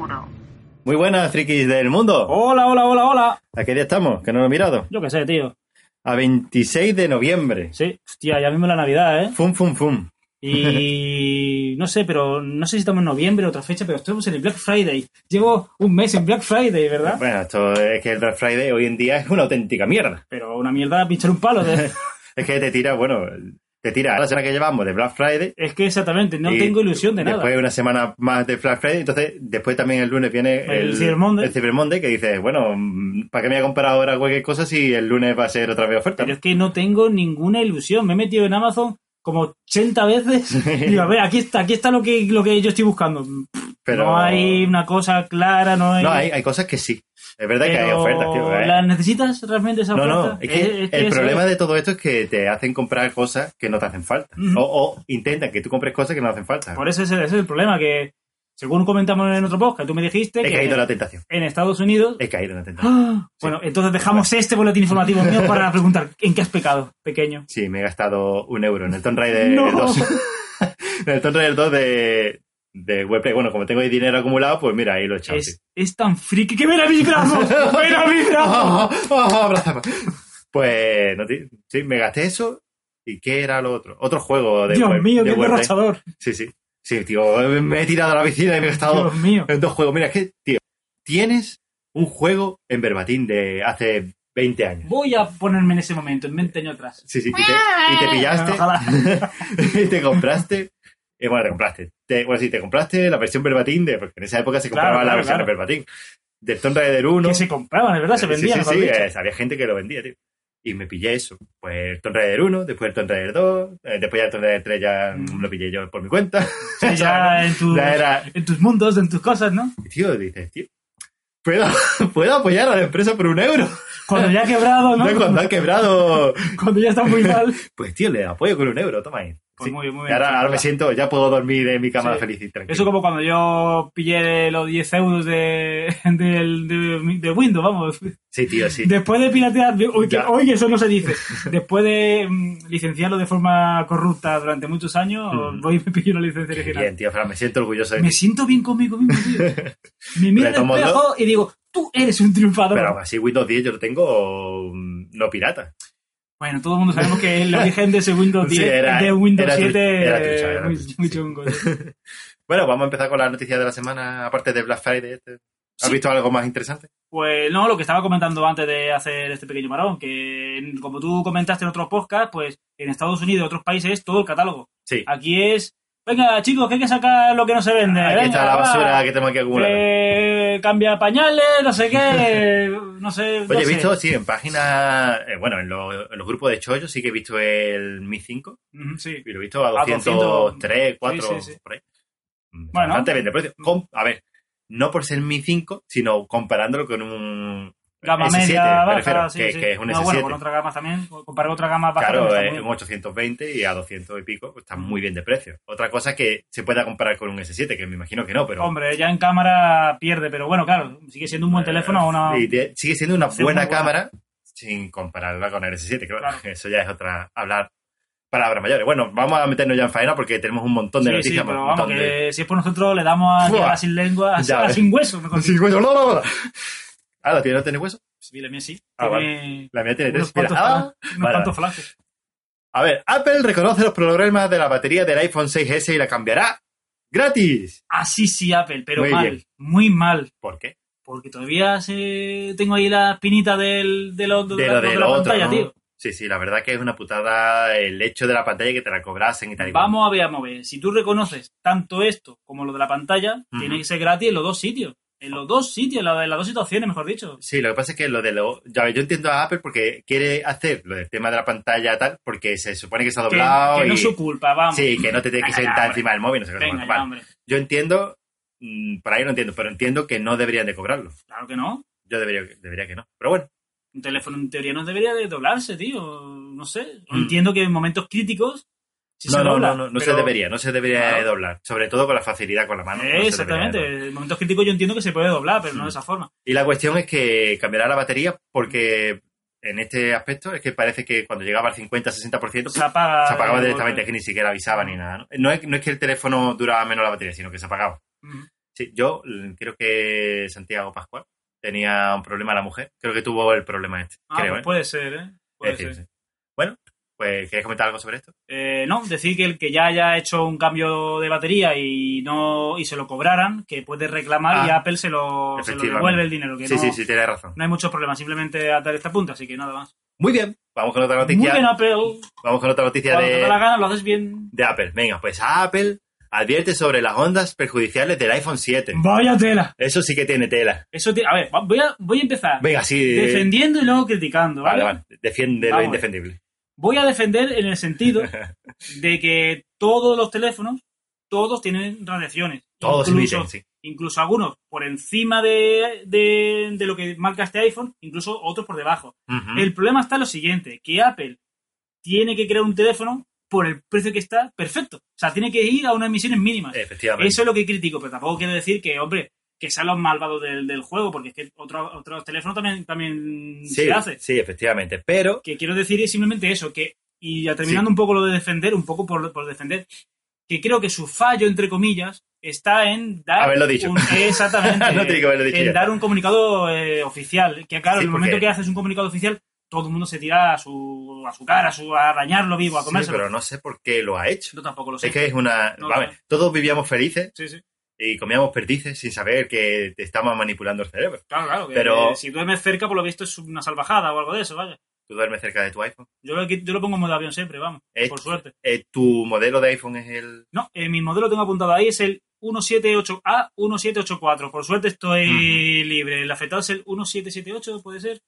1. Muy buenas, frikis del mundo. Hola, hola, hola, hola. ¿A qué día estamos? Que no lo he mirado. Yo qué sé, tío. A 26 de noviembre. Sí, hostia, ya mismo la Navidad, ¿eh? Fum, fum, fum. Y no sé, pero no sé si estamos en noviembre o otra fecha, pero estamos en el Black Friday. Llevo un mes en Black Friday, Pues ¿verdad? Bueno, esto es que el Black Friday hoy en día es una auténtica mierda. Pero una mierda pinchar un palo. ¿eh? de- Es que te tira, bueno, te tira la semana que llevamos de Black Friday. Es que exactamente, no y tengo ilusión de nada. Después una semana más de Black Friday. Entonces, después también el lunes viene El Cyber Monday. el Cyber Monday, que dices, bueno, mm, ¿para qué me voy a comprar ahora cualquier cosa si el lunes va a ser otra vez oferta? Pero es que no tengo ninguna ilusión. Me he metido en Amazon como 80 veces. Y digo, a ver, aquí está, aquí está lo que, lo que yo estoy buscando. Pero- No hay una cosa clara, no hay. No, hay, hay cosas que sí. Es verdad que hay Pero, ofertas, tío. ¿eh? ¿Las necesitas realmente esa No, oferta? no, es que Es- es que el eso problema es. de todo esto es que te hacen comprar cosas que no te hacen falta. Ujú. o, o intentan que tú compres cosas que no hacen falta. Por eso es el, ese es el problema, que según comentamos en otro podcast, tú me dijiste He que caído en la tentación. en Estados Unidos... He caído en la tentación. ¡Ah! Bueno, entonces dejamos este boletín informativo mío para preguntar ¿en qué has pecado, pequeño? Sí, me he gastado un euro en el Tomb Raider Ah. No. 2. en el Tomb Raider 2 de, de Webplay. Bueno, como tengo dinero acumulado, pues mira, ahí lo he echado. tío. Es, es tan friki que ven a mis brazos, ven a mis brazos. Ah, ah, ah, abrázame. Pues no, tío. sí, me gasté eso. ¿Y qué era lo otro? Otro juego de Dios Web- mío, de qué Webplay. derrochador. Sí, sí. Sí, tío, me he tirado a la piscina y me he gastado Dios mío. en dos juegos. Mira, es que, tío, tienes un juego en verbatim de hace 20 años. Voy a ponerme en ese momento, en 20 años atrás. Sí, sí, y te, y te Ojalá. pillaste. y te compraste. eh, bueno, te compraste. Te- bueno, sí, te compraste la versión verbatim de. Porque en esa época se compraba Claro, la claro, versión claro. verbatim. Del Tomb Raider 1. Que se compraban, es verdad, Sí, se sí, vendían. Sí, mejor sí, dicho. eh, había gente que lo vendía, tío. Y me pillé eso. Pues el Tomb Raider 1, después el Tomb Raider 2, eh, después ya el Tomb Raider 3 ya mm, lo pillé yo por mi cuenta. Sí, ya en tus, Ya era, en tus mundos, en tus cosas, ¿no? tío, dices, tío, ¿puedo, puedo apoyar a la empresa por un euro. Cuando ya ha quebrado, ¿no? Ya Cuando han quebrado, Cuando ya está muy mal. pues tío, le apoyo con un euro, toma ahí. Pues Sí. muy bien, muy Y bien. ahora, ahora me siento, ya puedo dormir en mi cama Sí. feliz y tranquilo. Eso como cuando yo pillé los 10 euros de, del de, de Windows, vamos. Sí, tío, sí. Después de piratear, de- uy, que, Ya. uy, que eso no se dice. Después de mm, licenciarlo de forma corrupta durante muchos años, Mm. voy y me pillo una licencia Qué original. bien, tío, Fran, me siento orgulloso de Me ti. siento bien conmigo mismo, tío. Me miro en el Retomo el espejo y digo, tú eres un triunfador. Pero aún así, Windows 10 yo lo tengo mm, no pirata. Bueno, todo el mundo sabemos que el origen de ese Windows Sí, 10, era- de Windows era tru- 7, era trucha, era muy, trucha, muy sí. chungo. Bueno, vamos a empezar con la noticia de la semana, aparte de Black Friday. este. ¿Has Sí. visto algo más interesante? Pues no, lo que estaba comentando antes de hacer este pequeño parón, que en- como tú comentaste en otros podcasts, pues en Estados Unidos y otros países es todo el catálogo. Sí. Aquí es, venga chicos, que hay que sacar lo que no se vende. Aquí está venga, la va, basura que tenemos aquí acumulada. Eh, que cambia pañales, no sé qué, no sé. no Oye, he sé. visto, sí, en páginas, eh, bueno, en, lo- en los grupos de chollo sí que he visto el Mi 5 Ujú, Sí. y lo he visto a A 203, 4, sí, sí. por ahí. Mm, Bueno. Bastante bien de precio. Com- a ver, no por ser Mi 5, sino comparándolo con un Gama S7, media, me baja, refiero, sí, que, sí. que es un No, S7. bueno, con otras gamas también, comparar otras gamas bajas. Claro, eh, también está es muy un bien. 820 y a 200 y pico pues, está muy bien de precio. Otra cosa es que se pueda comparar con un S7, que me imagino que no, pero... Hombre, ya en cámara pierde, pero bueno, claro, sigue siendo un buen Pues, teléfono o una... eh, Y de- sigue siendo una Sí, buena muy buena. cámara sin compararla con el S7. Claro, Claro. eso ya es otra hablar palabras mayores. Bueno, vamos a meternos ya en faena porque tenemos un montón de Sí, sí, noticias. pero un vamos, montón de- que si es por nosotros le damos a, Fua. a la sin lengua, a, Ya a ves. sin hueso, mejor dicho. Sí, hueso, no, no, no. Ah, la tuya no tiene hueso. Sí, la mía sí. Ah, Tiene La mía tiene unos tres. Mira, cuantos, ah. fla- unos vale, cuantos flashes. a ver, Apple reconoce los problemas de la batería del iPhone 6S y la cambiará gratis. Así Ah, sí, Apple, pero Muy mal, bien. muy mal. ¿Por qué? Porque todavía se... tengo ahí la espinita del, de, lo, de, De la- lo de de la lo otro, pantalla, ¿no? tío. Sí, sí, la verdad que es una putada el hecho de la pantalla que te la cobrasen y tal. y cual. Vamos a ver, vamos a ver. Si tú reconoces tanto esto como lo de la pantalla, tiene que ser gratis en los dos sitios. En los dos sitios, en la- en las dos situaciones, mejor dicho. Sí, lo que pasa es que lo de lo. Ya, ves, yo entiendo a Apple porque quiere hacer lo del tema de la pantalla tal, porque se supone que está Que, doblado que no y. es su culpa, vamos. sí, que no te tienes que Venga, ya, sentar hombre. encima del móvil, no sé qué. Venga, bueno, ya, vale. hombre. Yo entiendo, mm, por ahí no entiendo, pero entiendo que no deberían de cobrarlo. Claro que no. Yo debería, debería que no. Pero bueno, Un teléfono en teoría no debería de doblarse, tío. No sé. Mm. Entiendo que en momentos críticos sí no, se no, dobla. no, no, no pero- se debería, no se debería Claro. de doblar. Sobre todo con la facilidad con la Eh, mano. no se debería de exactamente. doblar. Mm. En momentos críticos yo entiendo que se puede doblar, pero no de esa forma. Y la cuestión es que cambiará la batería porque en este aspecto es que parece que cuando llegaba al 50-60%. Se apaga. se apagaba eh, directamente, es golpe. que ni siquiera avisaba ni nada. ¿no? No es, no es que el teléfono duraba menos la batería, sino que se apagaba. Mm. Sí, yo eh, creo que Santiago Pascual tenía un problema la mujer. Creo que tuvo el problema este. Ah, creo, pues ¿eh? puede ser, ¿eh? Puede Es decir, ser. sí. Bueno, pues ¿quieres comentar algo sobre esto? Eh, no, decir que el que ya haya hecho un cambio de batería y no y se lo cobraran, que puede reclamar Ah, y Apple se lo, se lo efectivamente. devuelve el dinero. Que Sí, no, sí, sí, tienes razón. no hay muchos problemas, simplemente atar esta punta, así que nada más. Muy bien, vamos con otra noticia. Muy bien, Apple. Vamos con otra noticia Cuando te da la de, gana, lo haces bien. de Apple. Venga, pues Apple advierte sobre las ondas perjudiciales del iPhone 7. Vaya tela. Eso sí que tiene tela. Eso te- a ver, va- voy a, voy a empezar Venga, sí. defendiendo y luego criticando, ¿vale? eh, Vale, vale. Defiende lo Vamos. indefendible. Voy a defender en el sentido de que todos los teléfonos, todos tienen radiaciones. Todos incluso, emiten, sí. incluso algunos por encima de, de- de lo que marca este iPhone, incluso otros por debajo. Ujú. El problema está en lo siguiente, que Apple tiene que crear un teléfono por el precio que está perfecto. O sea, tiene que ir a unas emisiones mínimas. Efectivamente. Eso es lo que critico, pero tampoco quiero decir que, hombre, que sean los malvados del, del juego, porque es que otro- otros teléfonos también, también sí, se hace. sí, efectivamente. Pero Que quiero decir es simplemente eso, que, y ya terminando un poco lo de defender, un poco por, por defender, que creo que su fallo, entre comillas, está en dar. Haberlo dicho. un- exactamente. No tiene que haberlo dicho En ya. dar un comunicado eh, oficial. Que claro, Sí, en el momento porque- que haces un comunicado oficial, todo el mundo se tira a su, a su cara, a, su, a arañarlo vivo, a Sí, comérselo. pero no sé por qué lo ha hecho. Yo tampoco lo sé. Es que es una... No, vamos, no. Todos vivíamos felices Sí, sí. y comíamos perdices sin saber que te estaban manipulando el cerebro. Claro, claro. que- Pero- que si duermes cerca, por lo visto es una salvajada o algo de eso, vaya. Tú duermes cerca de tu iPhone. Yo lo, yo lo pongo en modo avión siempre, vamos. Eh, por suerte. eh, tu modelo de iPhone es el... No, eh, mi modelo tengo apuntado ahí, es el 178A1784. Por suerte estoy libre. El afectado es el 1778, puede ser.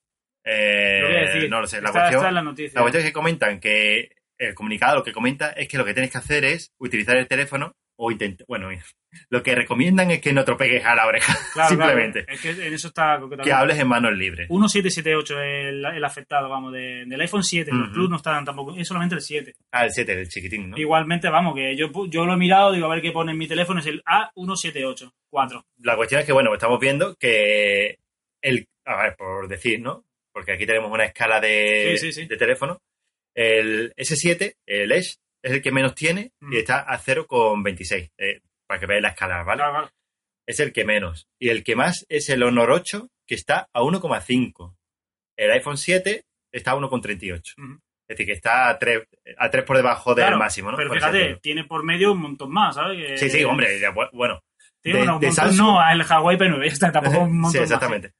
eh, Lo voy a decir. no lo sé. La está, cuestión, está en la noticia. la cuestión es que comentan que el comunicado lo que comenta es que lo que tienes que hacer es utilizar el teléfono o intentar... Bueno, lo que recomiendan es que no tropegues a la oreja, Claro, simplemente. claro, es que en eso está que concretamente. hables en manos libres. 1778 el, el afectado, vamos, de- del iPhone 7. Los Ujú. Plus no están tampoco, es solamente el 7. Ah, el 7, el chiquitín, ¿no? Igualmente, vamos, que yo, pu- yo lo he mirado, digo, a ver qué pone en mi teléfono, es el A1784. la cuestión es que, bueno, estamos viendo que el, a ver, por decir, ¿no? Porque aquí tenemos una escala de, Sí, sí, sí. de teléfono. El S7, el Edge, es el que menos tiene Mm. y está a 0,26, eh, para que veáis la escala, ¿vale? Claro, claro. Es el que menos. Y el que más es el Honor 8, que está a 1,5. El iPhone 7 está a 1,38. Ujú. Es decir, que está a 3, a tres por debajo del Claro, máximo, ¿no? Pero Por así fíjate, eh, decirlo. tiene por medio un montón más, ¿sabes? Que- pues Sí, sí, hombre, ya, bu- bueno, Tiene De- unos de montón- Samsung. no, el Huawei P9, ya está, tampoco un montón ¿eh? sí, exactamente.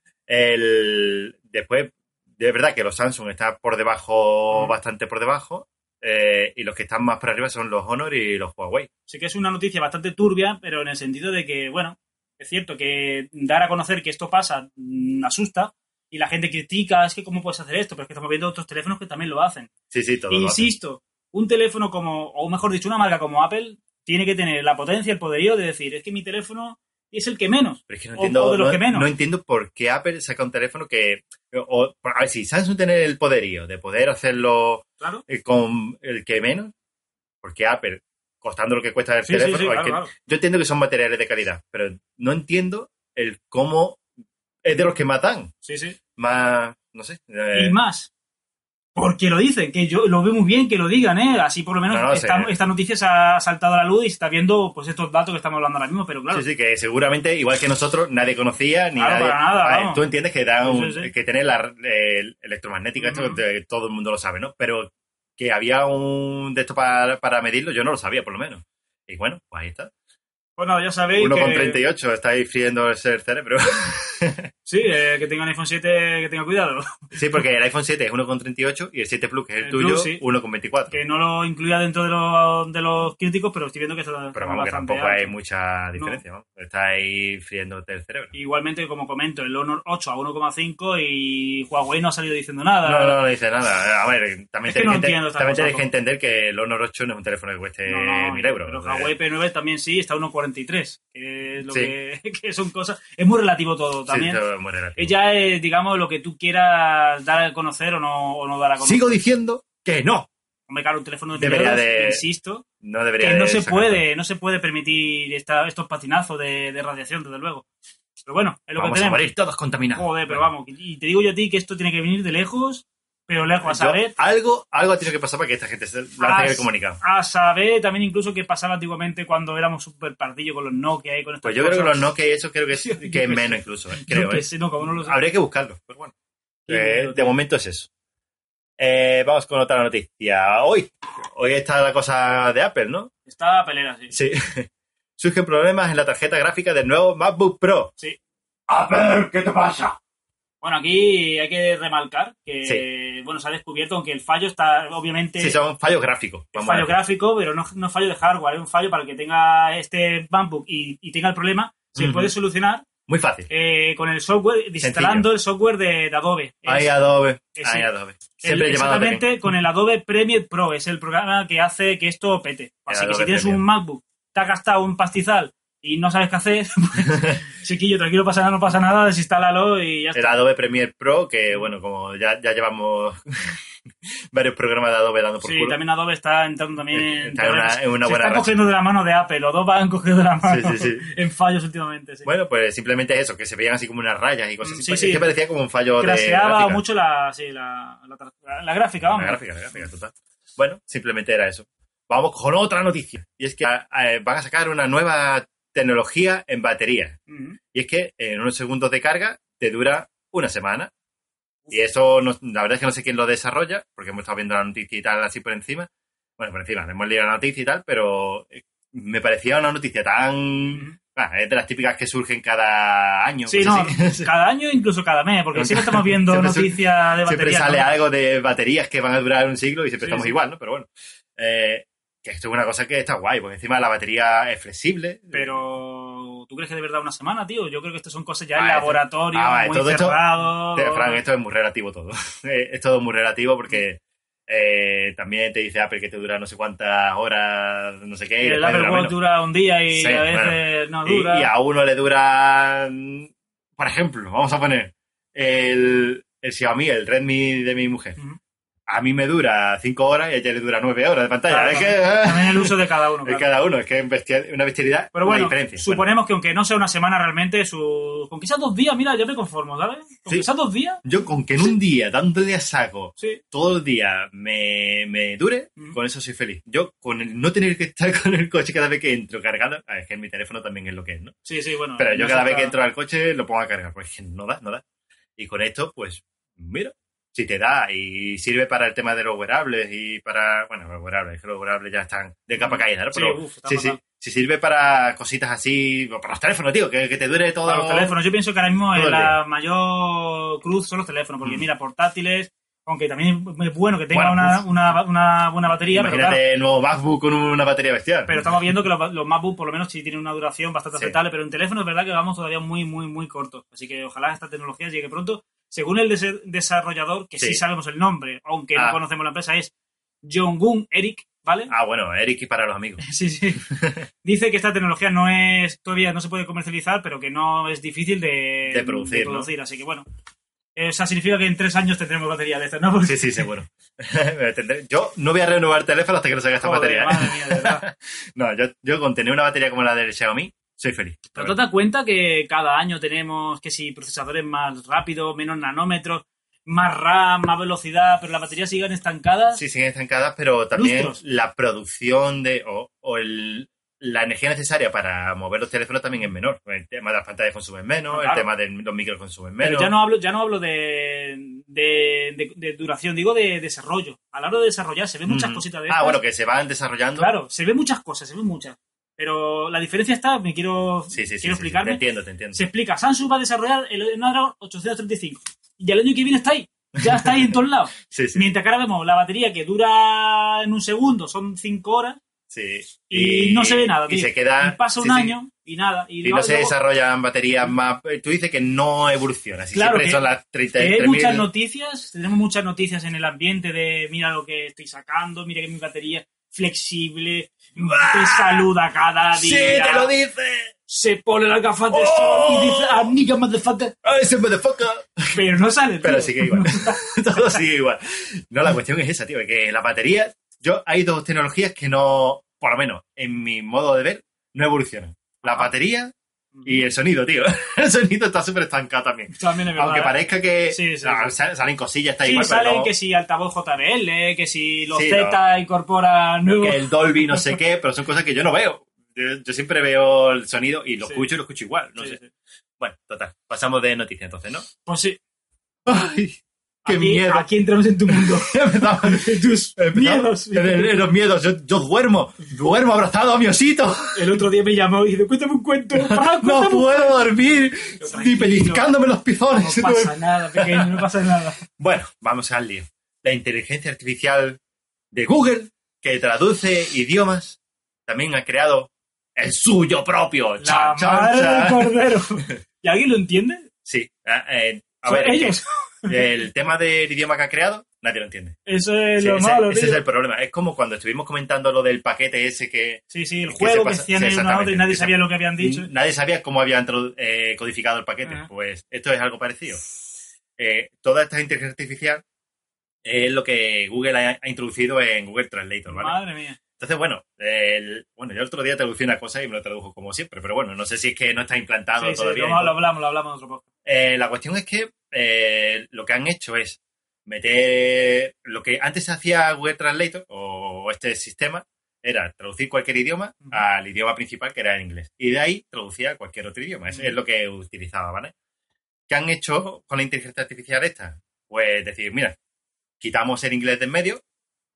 El, después, de verdad que los Samsung están por debajo, Mm. bastante por debajo, eh, y los que están más por arriba son los Honor y los Huawei. más. Sí que es una noticia bastante turbia, pero en el sentido de que, bueno, es cierto que dar a conocer que esto pasa mm, asusta y la gente critica, es que cómo puedes hacer esto, pero es que estamos viendo otros teléfonos que también lo hacen. Sí, sí, todo. lo hacen. Insisto, un teléfono como, o mejor dicho, una marca como Apple tiene que tener la potencia, el poderío de decir, es que mi teléfono es el que menos. Pero es que no o- entiendo, o de los no- que menos. no entiendo por qué Apple saca un teléfono que. o- a ver, si Samsung tiene el poderío de poder hacerlo Claro. eh, con el que menos, porque Apple, costando lo que cuesta el Sí, sí, teléfono, sí, hay claro, que- claro. yo entiendo que son materiales de calidad, pero no entiendo el cómo es de los que más dan. Sí, sí. Más, no sé. eh, y más. Porque lo dicen, que yo lo veo muy bien que lo digan, ¿eh? Así por lo menos No, no, sí. esta, esta noticia se ha saltado a la luz y se está viendo pues estos datos que estamos hablando ahora mismo, pero claro, Sí, sí, que seguramente, igual que nosotros, nadie conocía ni Claro, nadie. para nada, A ver, vamos. tú entiendes que da Sí, un- sí, sí. que tener la el- electromagnética, esto Ujú. de- todo el mundo lo sabe, ¿no? Pero que había un de esto para, para medirlo, yo no lo sabía, por lo menos. Y bueno, pues ahí está. pues nada, ya sabéis 1,38, que, está estáis friendo el cerebro. sí, eh, que tengan iPhone 7, que tengan cuidado, sí, porque el iPhone 7 es 1,38 y el 7 Plus, que es el, El tuyo, Plus, sí. 1,24. que no lo incluya dentro de los, de los críticos, pero estoy viendo que está Pero vamos, que bastante tampoco hay alto. mucha diferencia, ¿no? Estáis friéndote el cerebro. Igualmente, como comento, el Honor 8 a 1,5 y Huawei no ha salido diciendo nada. No, no, no dice nada. A ver, también Es que tienes no que, te- entiendo estas también cosas, tienes que ¿no? entender que el Honor 8 no es un teléfono que cueste No, no, eh, mil euros. Pero O sea, Huawei P9 también sí, está a 1,43, que es lo Sí. que, que son cosas... Es muy relativo todo sí, también. todo es muy relativo. Ella es, digamos, lo que tú quieras dar a conocer o no, o no dar a conocer. Sigo diciendo que no. Hombre, claro, un teléfono de Debería Debería de- insisto, No debería que no de se sacarlo. puede, no se puede permitir esta, estos patinazos de, de radiación, desde luego. Pero bueno, es lo Vamos que a tenemos. morir todos contaminados. Joder, pero Bueno, vamos, y te digo yo a ti que esto tiene que venir de lejos, Pero lejos, a saber. Ah, algo, algo ha tenido que pasar para que esta gente se lance el comunicado. A saber también incluso qué pasaba antiguamente cuando éramos súper pardillos con los Nokia y con estas Pues yo creo que cosas. los Nokia y eso creo que es, que es menos incluso, eh, creo. Yo que eh. sé, no, como no lo sé. Habría que buscarlo, pero bueno. Sí, Eh, pero- de momento es eso. Eh, vamos con otra noticia. Hoy, hoy está la cosa de Apple, ¿no? Está pelera, sí. Sí. Surgen problemas en la tarjeta gráfica del nuevo MacBook Pro. Sí. Apple, ¿qué te pasa? Bueno, aquí hay que remarcar que, Sí. bueno, se ha descubierto, aunque el fallo está obviamente Sí, son fallos gráficos. un vamos a fallo decir. gráfico, pero no, no fallo de hardware, es un fallo para el que tenga este MacBook y, y tenga el problema, se Ujú. puede solucionar Muy fácil. eh, con el software, instalando el software de, de Adobe. Es Ahí Adobe. es- Ahí sí. Adobe. el- Siempre he llevado a Adobe. exactamente con el Adobe Premiere Pro, es el programa que hace que esto pete. Así que Adobe si tienes Premiere. un MacBook, te has gastado un pastizal y no sabes qué hacer, pues, chiquillo, tranquilo, pasa nada, no pasa nada, desinstálalo y ya está. el Adobe Premiere Pro, que bueno, como ya, ya llevamos varios programas de Adobe dando por Sí, culo. también Adobe está entrando también Eh, en está en una- terrenos- en una Se buena está racha. cogiendo de la mano de Apple, los dos van cogiendo de la mano Sí, sí, sí. en fallos últimamente. Sí. Bueno, pues simplemente eso, que se veían así como unas rayas y cosas así. Mm, Sí, Es sí. que parecía como un fallo de Craseaba gráfica. mucho la, sí, la, la tar- la- la gráfica, vamos. La gráfica, la gráfica, total. Bueno, simplemente era eso. Vamos con otra noticia. Y es que eh, van a sacar una nueva tecnología en batería. Ujú. Y es que en unos segundos de carga te dura una semana. Y eso, no- la verdad es que no sé quién lo desarrolla, porque hemos estado viendo la noticia y tal así por encima. Bueno, por encima, hemos leído la noticia y tal, pero eh, me parecía una noticia tan... Ujú. Ah, es de las típicas que surgen cada año. Sí, cosas no, así. cada año incluso cada mes, porque Nunca- siempre estamos viendo siempre su- noticias de siempre batería. sale ¿no? algo de baterías que van a durar un siglo y siempre Sí, estamos sí. igual, ¿no? Pero bueno, eh, que esto es una cosa que está guay, porque encima la batería es flexible. Pero, ¿tú crees que de verdad una semana, tío? Yo creo que estas son cosas ya en Ah, esto- laboratorio, ah, vale, muy todo esto- cerrado. Te- Fran, Este esto es muy relativo todo. Eh, es todo muy relativo porque Mm. eh, también te dice Apple que te dura no sé cuántas horas, no sé qué. y el después Apple dura Watch menos. dura un día y Sí, a veces no Y- dura. Y, a uno le dura, mm, por ejemplo, vamos a poner el, el Xiaomi, el Redmi de mi mujer. Ujú. A mí me dura 5 horas y a ella le dura 9 horas de pantalla. Claro, es que, También el uso de cada uno. Es claro. cada uno, es que es bestial- una bestialidad, Pero una bueno, diferencia. Bueno, suponemos que aunque no sea una semana realmente, su... con que sea dos días, mira, yo me conformo, ¿sabes? Con Sí. que sea dos días, yo con que en un día, dándole a saco, sí. Mm. todo el día me, me dure, Ujú. con eso soy feliz. Yo con el no tener que estar con el coche cada vez que entro cargando, ah, es que mi teléfono también es lo que es, ¿no? Sí, sí, bueno. Pero yo no cada se vez que entro está- al coche lo pongo a cargar, porque es que no da, no da. Y con esto, pues, mira, si te da y sirve para el tema de los wearables y para, bueno, los wearables, es que los wearables ya están de capa caída, ¿no? Mm, Sí, Pero uf, está sí, sí, fatal. si sirve para cositas así, o para los teléfonos, tío, que, que te dure todo Para los teléfonos, yo pienso que ahora mismo Todo el la mayor cruz son los teléfonos, porque Mm. mira, portátiles, aunque también es muy bueno que tenga Bueno, una, uf. una, una buena batería, pero, Imagínate claro, el nuevo MacBook con una batería bestial. pero estamos viendo que los, los MacBook por lo menos sí tienen una duración bastante Sí. aceptable, pero en teléfono es verdad que vamos todavía muy, muy, muy cortos. Así que ojalá esta tecnología llegue pronto. Según el dese- desarrollador, que sí. Sí. sabemos el nombre, aunque Ah. no conocemos la empresa, es Jong-un Eric, ¿vale? Ah, bueno, Eric y para los amigos. Sí, sí. Dice que esta tecnología no es todavía no se puede comercializar, pero que no es difícil de, De producir, ¿no? Así que bueno, Eh, o sea, significa que en tres años tendremos batería de esta, ¿no? Porque- Sí, sí, seguro. Me tendré- yo no voy a renovar el teléfono hasta que no saque esta Joder, batería. ¿eh? madre mía, de verdad. No, yo, yo con tener una batería como la del Xiaomi, soy feliz. Pero tú te das cuenta que cada año tenemos que si procesadores más rápidos, menos nanómetros, más RAM, más velocidad, pero las baterías siguen estancadas. Sí, siguen estancadas, pero también Lustros. la producción de o, o el- la energía necesaria para mover los teléfonos también es menor. El tema de las pantallas consumen menos, Ah, claro. el tema de los micros consumen menos. Pero ya no hablo, ya no hablo de, de, de- de duración, digo de desarrollo. A la hora de desarrollar se ven muchas Ujú. cositas de Ah, estas. bueno, que se van desarrollando. Claro, se ven muchas cosas, se ven muchas. Pero la diferencia está, me quiero, Sí, sí, sí, sí, quiero sí, te explicarme. entiendo, te entiendo. se explica, Samsung va a desarrollar el Snapdragon 835. Y al año que viene está ahí. Ya está ahí en todos lados. Sí, sí, Mientras que ahora vemos la batería que dura en un segundo, son 5 horas, sí. y, no se ve nada. Y tío. se queda. Y pasa un Ah, sí, sí. año y nada. Y, Y no luego- se desarrollan baterías más. Tú dices que no evoluciona. Si Claro siempre que- son las que hay 33.000. muchas noticias, tenemos muchas noticias en el ambiente de mira lo que estoy sacando, mira que mi batería flexible, te saluda cada ¡Sí, día. te lo dice! se pone las gafas de ¡Oh! sol y dice "I'm nigga motherfucker", ¡Ah, ese motherfucker! pero no sale. tío. Pero sigue igual. Todo sigue igual. No, la cuestión es esa, tío. Que las baterías. Yo, hay dos tecnologías que no. Por lo menos en mi modo de ver, no evolucionan. Las Ajá. baterías Y el sonido, tío. El sonido está súper estancado también. También es verdad. Aunque ¿eh? parezca que Sí, sí, ah, sí. sal- salen cosillas, está Sí, igual, salen pero que si altavoz JBL, que si los Sí, Z incorporan luego- nuevos... que el Dolby no sé qué, pero son cosas que yo no veo. Yo, yo siempre veo el sonido y lo Sí. escucho y lo escucho igual. No Sí, sé. sí. Bueno, total. Pasamos de noticias entonces, ¿no? Pues sí, ¡Ay! ¡Qué aquí, miedo! aquí entramos en tu mundo. Empezamos- Tus miedos. En el- en los miedos. Yo, yo duermo. Duermo abrazado a mi osito. El otro día me llamó y dijo, cuéntame un cuento. papá, No cuéntame un puedo dormir. Ni tranquilo. pellizcándome los cuento". pizones. No pasa nada, pequeño, no pasa nada. Bueno, vamos al lío. La inteligencia artificial de Google, que traduce idiomas, también ha creado el suyo propio. La Chan, chan, madre del chan. cordero. ¿Y alguien lo entiende? Sí. ah, eh, a Son ver, es ellos. que el tema del idioma que ha creado, nadie lo entiende. Eso es Sí, lo ese, malo, ese tío. es el problema. Es como cuando estuvimos comentando lo del paquete ese que Sí, sí, el que juego se que pasa- hacían sí, en una otra y exactamente, nadie exacto. sabía lo que habían dicho. nadie sabía cómo había introdu- eh, codificado el paquete. Ajá. Pues esto es algo parecido. Eh, toda esta inteligencia artificial es lo que Google ha, ha introducido en Google Translator, ¿vale? Madre mía. Entonces, bueno, el- bueno, yo el otro día traducí una cosa y me lo tradujo como siempre, pero bueno, no sé si es que no está implantado Sí, sí, todavía. lo, lo hablamos, lo hablamos en otro podcast. Eh, la cuestión es que eh, lo que han hecho es meter lo que antes hacía Google Translator o este sistema era traducir cualquier idioma Ujú. al idioma principal que era el inglés y de ahí traducía a cualquier otro idioma ese Ujú. es lo que utilizaba ¿vale? ¿qué han hecho con la inteligencia artificial esta? pues decir mira quitamos el inglés de en medio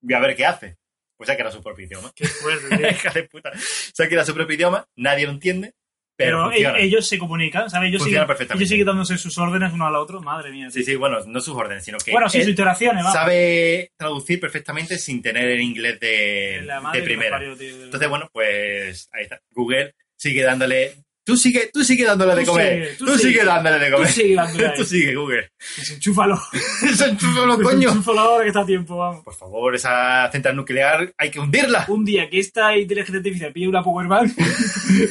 voy a ver qué hace pues ya que era su propio idioma Qué fuerte, tío. Hija de puta. Se ha quedado su propio idioma, nadie lo entiende, pero, Pero, funciona. e- ellos se comunican, ¿sabes? Ellos Funciona siguen, perfectamente. ellos siguen dándose sus órdenes uno al otro. Madre mía. Sí, tío. sí, bueno, no sus órdenes, sino que bueno, sí, él sus iteraciones, va. sabe traducir perfectamente sin tener el inglés de, La de madre que los primera. parió, tío, de verdad. Entonces, bueno, pues ahí está. Google sigue dándole... Tú sigue, tú sigue dándole de Tú comer. sigue, tú tú sigue. sigue. dándole de Tú comer. sigue dándole ahí. Tú sigue, Google. Desenchúfalo. Desenchúfalo, Ah, coño. Desenchúfalo ahora que está a tiempo, vamos. Por favor, esa central nuclear hay que hundirla. Un día que esta inteligencia artificial pille una powerbank,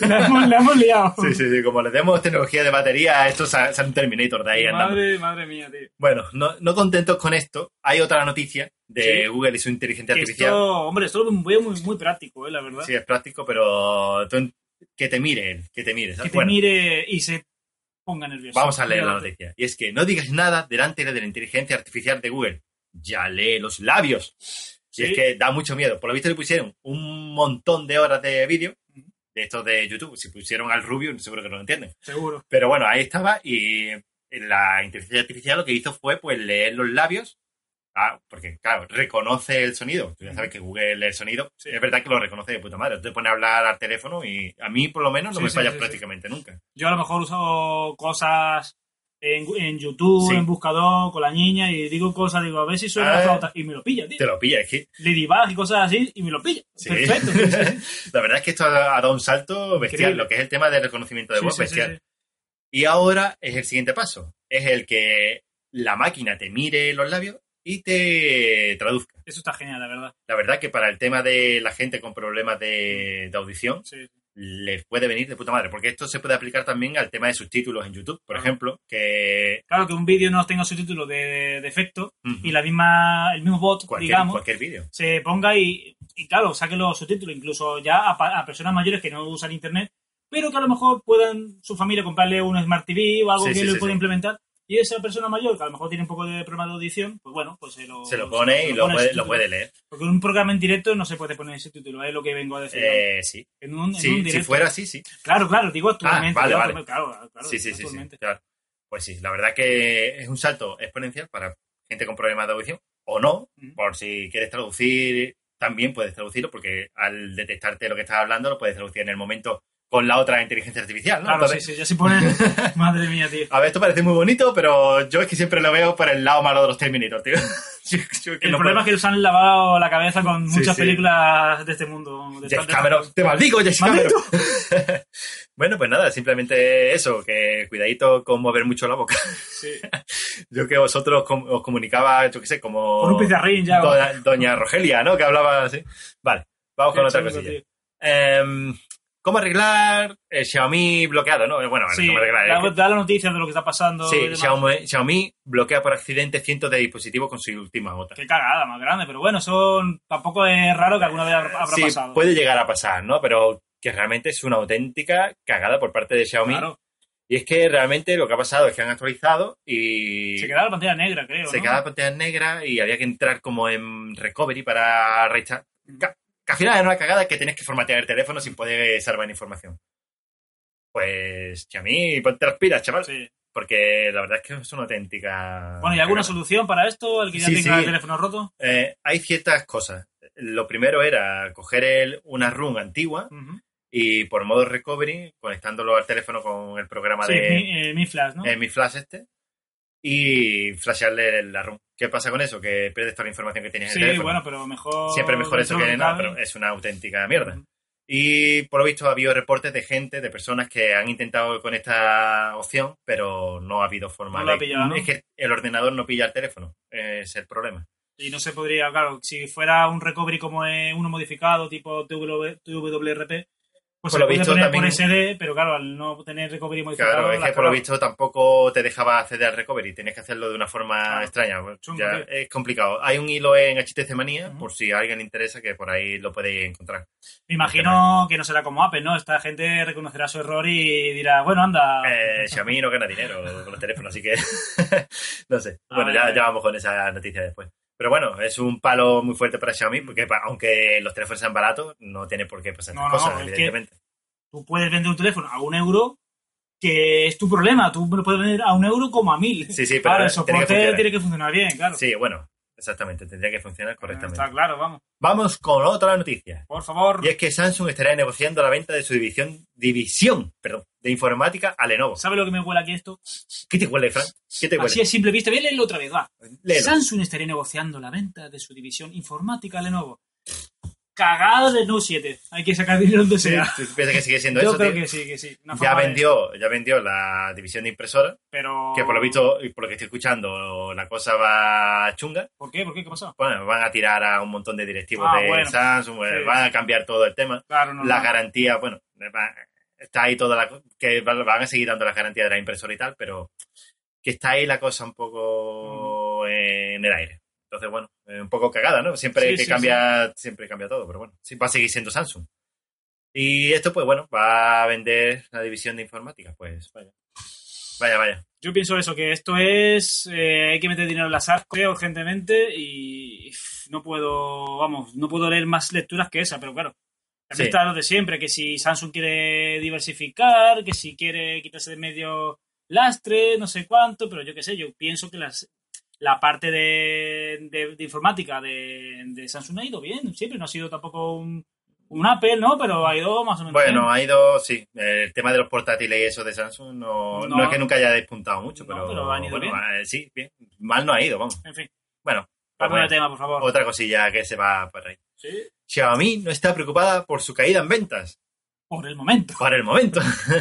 la, hemos, la hemos liado. Sí, sí, sí. Como le demos tecnología de batería, esto sale sale un Terminator de ahí andando. madre, madre mía, tío. Bueno, no, no contentos con esto, hay otra noticia de Sí. Google y su inteligencia Que artificial. esto, hombre, esto lo veo muy, muy práctico, eh, la verdad. Sí, es práctico, pero tú en- que te mire, que te mire. que ¿sabes? te Bueno, mire y se ponga nervioso. vamos a leer la Fíjate. noticia. Y es que no digas nada delante de la inteligencia artificial de Google. Ya lee los labios. Sí. Y es que da mucho miedo. Por lo visto le pusieron un montón de horas de vídeo de estos de YouTube. Si pusieron al Rubio, seguro que no lo entienden. Seguro. Pero bueno, ahí estaba y eh, la inteligencia artificial lo que hizo fue pues leer los labios. Ah, porque claro, reconoce el sonido. Tú ya sabes que Google lee el sonido. Sí. Es verdad que lo reconoce de puta madre. Tú te pones a hablar al teléfono y a mí por lo menos no Sí, me sí, falla sí, prácticamente nunca. Yo a lo mejor uso cosas en, en YouTube, Sí. en buscador, con la niña, y digo cosas, digo, a ver si suena Ah. la flauta, y me lo pilla, tío. Te lo pilla, es que Ladybug y cosas así, y me lo pilla. Sí. Perfecto. tío, sí, sí. la verdad es que esto ha ha dado un salto bestial, Increíble. lo que es el tema del reconocimiento de Sí, voz sí, sí, bestial. sí. Y ahora es el siguiente paso, es el que la máquina te mire los labios y te traduzca. Eso está genial, la verdad. La verdad que para el tema de la gente con problemas de, de audición, Sí. les puede venir de puta madre, porque esto se puede aplicar también al tema de subtítulos en YouTube, por Ah. ejemplo, que Claro que un vídeo no tenga subtítulos de, de efecto ujú, y la misma, el mismo bot, cualquier, digamos, cualquier vídeo. se ponga y, y claro, saque los subtítulos, incluso ya a, pa- a personas mayores que no usan internet, pero que a lo mejor puedan su familia comprarle un Smart TV o algo Sí, que sí, le sí, pueda sí. implementar. Y esa persona mayor, que a lo mejor tiene un poco de problema de audición, pues bueno, pues se lo, Se lo pone se y lo pone puede, ese lo título. puede leer. Porque en un programa en directo no se puede poner ese título, es lo que vengo a decir. Eh, sí. en un, en Sí, un si directo. fuera así, sí. Claro, claro, digo actualmente. vale, claro, vale. actualmente, Claro, claro, sí, sí, sí, sí, actualmente. claro. Pues sí, la verdad que es un salto exponencial para gente con problemas de audición, o no, Ujú. por si quieres traducir, también puedes traducirlo, porque al detectarte lo que estás hablando, lo puedes traducir en el momento con la otra inteligencia artificial, ¿no? Claro, Entonces, sí, sí, ya se pone... Madre mía, tío. A ver, esto parece muy bonito, pero yo es que siempre lo veo por el lado malo de los Terminator, tío. Yo- yo es que El no problema es que nos han lavado la cabeza con Sí, muchas sí. películas de este mundo. de puedo. Star James Trek. Cameron, te maldigo, James Cameron. ¡Maldito! bueno, pues nada, simplemente eso, que cuidadito con mover mucho la boca. Sí. Yo que vosotros com- os comunicaba, yo qué sé, como... Con un pizarrín ya. Doña, Doña Rogelia, ¿no? Que hablaba así. Vale, vamos con otra cosilla. Em, ¿Cómo arreglar el Xiaomi bloqueado? No, Eh, bueno, Sí, ¿cómo arreglar? da, Es que- da la noticia de lo que está pasando. y Sí, demás. Xiaomi, Xiaomi bloquea por accidente cientos de dispositivos con su última gota. Qué cagada más grande, pero bueno, son tampoco es raro que alguna vez habrá sí, pasado. puede llegar a pasar, ¿no? Pero que realmente es una auténtica cagada por parte de Xiaomi. Claro. Y es que realmente lo que ha pasado es que han actualizado y Se quedaba la pantalla negra, creo. se ¿no? quedaba la pantalla negra y había que entrar como en recovery para rechazar. Que al final era una cagada que tenías que formatear el teléfono sin poder salvar información. Pues, Xiaomi, ponte las pilas, chaval. Sí. Porque la verdad es que es una auténtica. Bueno, ¿y alguna cagada. solución para esto? ¿El que ya Sí, tenga sí. el teléfono roto? Eh, hay ciertas cosas. Lo primero era coger el- una run antigua Ujú. y por modo recovery, conectándolo al teléfono con el programa Sí, de mi, eh, mi flash, ¿no? eh, mi flash este y flashearle la ROM. ¿Qué pasa con eso? Que pierdes toda la información que tenías sí, en el teléfono. bueno, pero mejor... Siempre mejor eso dentro que de nada, cabe. pero es una auténtica mierda. Y por lo visto ha habido reportes de gente, de personas que han intentado con esta opción, pero no ha habido forma No lo ha de... pillado, ¿no? Es que el ordenador no pilla el teléfono, es el problema. Y no se podría, claro, si fuera un recovery como eh, uno modificado, tipo TW TWRP, pues Por se lo puede visto, poner por también- SD, pero claro, al no tener recovery modificado... Claro, es la que por lo cagaba. visto tampoco te dejaba acceder al recovery, tenías que hacerlo de una forma Claro. extraña. pues, Chungo, ya tío. es complicado. Hay un hilo en HTC Manía, Ujú. por si a alguien le interesa, que por ahí lo podéis encontrar. Me imagino que no será como Apple, ¿no? Esta gente reconocerá su error y dirá, bueno, anda... Eh, Xiaomi no gana dinero con los teléfonos, así que no sé. A Bueno, ver, a ya, ver. ya vamos con esa noticia después. Pero bueno, es un palo muy fuerte para Xiaomi, porque pa- aunque los teléfonos sean baratos, no tiene por qué pasar No, estas no, cosas, es que- evidentemente. Tú puedes vender un teléfono a un euro, que es tu problema, tú lo puedes vender a un euro como a mil. Sí, sí, pero Claro, tiene el que soporte funcionar. tiene que funcionar bien, claro. Sí, bueno, exactamente, tendría que funcionar correctamente. Está claro, vamos. Vamos con otra noticia. Por favor. Y es que Samsung estaría negociando la venta de su división, división perdón, de informática a Lenovo. ¿Sabe lo que me huele aquí esto? ¿Qué te huele, Fran? ¿Qué te Así huele? es simple vista. Voy a leerlo otra vez, va. Léelo. Samsung estaría negociando la venta de su división informática a Lenovo. Cagada de No 7. Hay que sacar dinero donde Sí, sea. ¿Tú piensas que sigue siendo Yo eso, creo tío? que sí, que sí. Una Ya forma de- vendió, ya vendió la división de impresora, pero... que por lo visto, y por lo que estoy escuchando, la cosa va chunga. ¿Por qué? ¿Por qué? ¿Qué ha pasado? Bueno, van a tirar a un montón de directivos Ah, de bueno. Samsung, eh, Sí, van a cambiar todo el tema. Claro, no. La no. garantía, bueno, eh, va- está ahí toda la... co- que va- van a seguir dando las garantías de la impresora y tal, pero que está ahí la cosa un poco en el aire. Entonces, bueno, eh, un poco cagada, ¿no? Siempre Sí, que sí, cambia, siempre cambia todo, pero bueno, sí, va a seguir siendo Samsung. Y esto, pues bueno, va a vender la división de informática, pues vaya. Vaya, vaya. Yo pienso eso, que esto es... eh, hay que meter dinero en la SARCO urgentemente y uf, no puedo... Vamos, no puedo leer más lecturas que esa, pero claro. También Sí. está lo de siempre, que si Samsung quiere diversificar, que si quiere quitarse de medio lastre, no sé cuánto, pero yo qué sé, yo pienso que las, la parte de, de- de informática de, de Samsung ha ido bien, siempre no ha sido tampoco un, un Apple, ¿no? Pero ha ido más o menos Bueno, bien. ha ido, sí. El tema de los portátiles y eso de Samsung no, No. no es que nunca haya despuntado mucho, No, pero, pero han ido bueno, bien. eh, sí, bien. Mal no ha ido, vamos. En fin, Bueno, pues cambio de bueno, tema, por favor. otra cosilla que se va para ahí. Sí, Xiaomi no está preocupada por su caída en ventas, Por el momento. por el momento.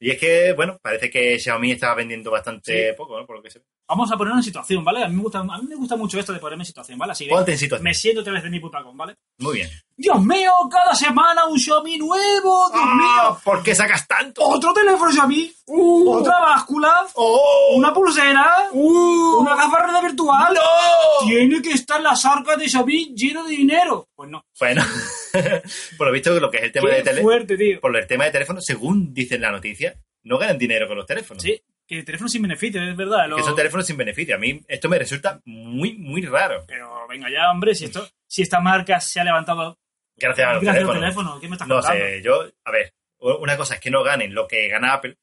y es que, bueno, parece que Xiaomi está vendiendo bastante poco, ¿no? Por lo que se ve. Vamos a ponernos en situación, ¿vale? A mí me gusta, a mí me gusta mucho esto de ponerme en situación, ¿vale? Así, Ponte en situación. me siento otra vez de mi putacón, ¿vale? Muy bien. Dios mío, cada semana un Xiaomi nuevo, Dios mío. ¡Oh! ¡Ah! ¿Por qué sacas tanto? otro teléfono Xiaomi, ¡Uh! otra báscula, ¡Oh! una pulsera, ¡Uh! una gafa de realidad virtual. ¡No! Tiene que estar las arcas de Xiaomi lleno de dinero. Pues no. Bueno, por lo visto lo que es el tema de Qué tele, fuerte, tío. por el tema de teléfono, según dicen la noticia, no ganan dinero con los teléfonos. Sí, que teléfono sin beneficio, es verdad. lo- Que son teléfonos sin beneficio. A mí esto me resulta muy, muy raro. Pero venga ya, hombre, si esto, si esta marca se ha levantado Gracias a los gracias al teléfonos. teléfono, ¿qué me estás No contando? sé, yo, a ver, u- una cosa es que no ganen lo que gana Apple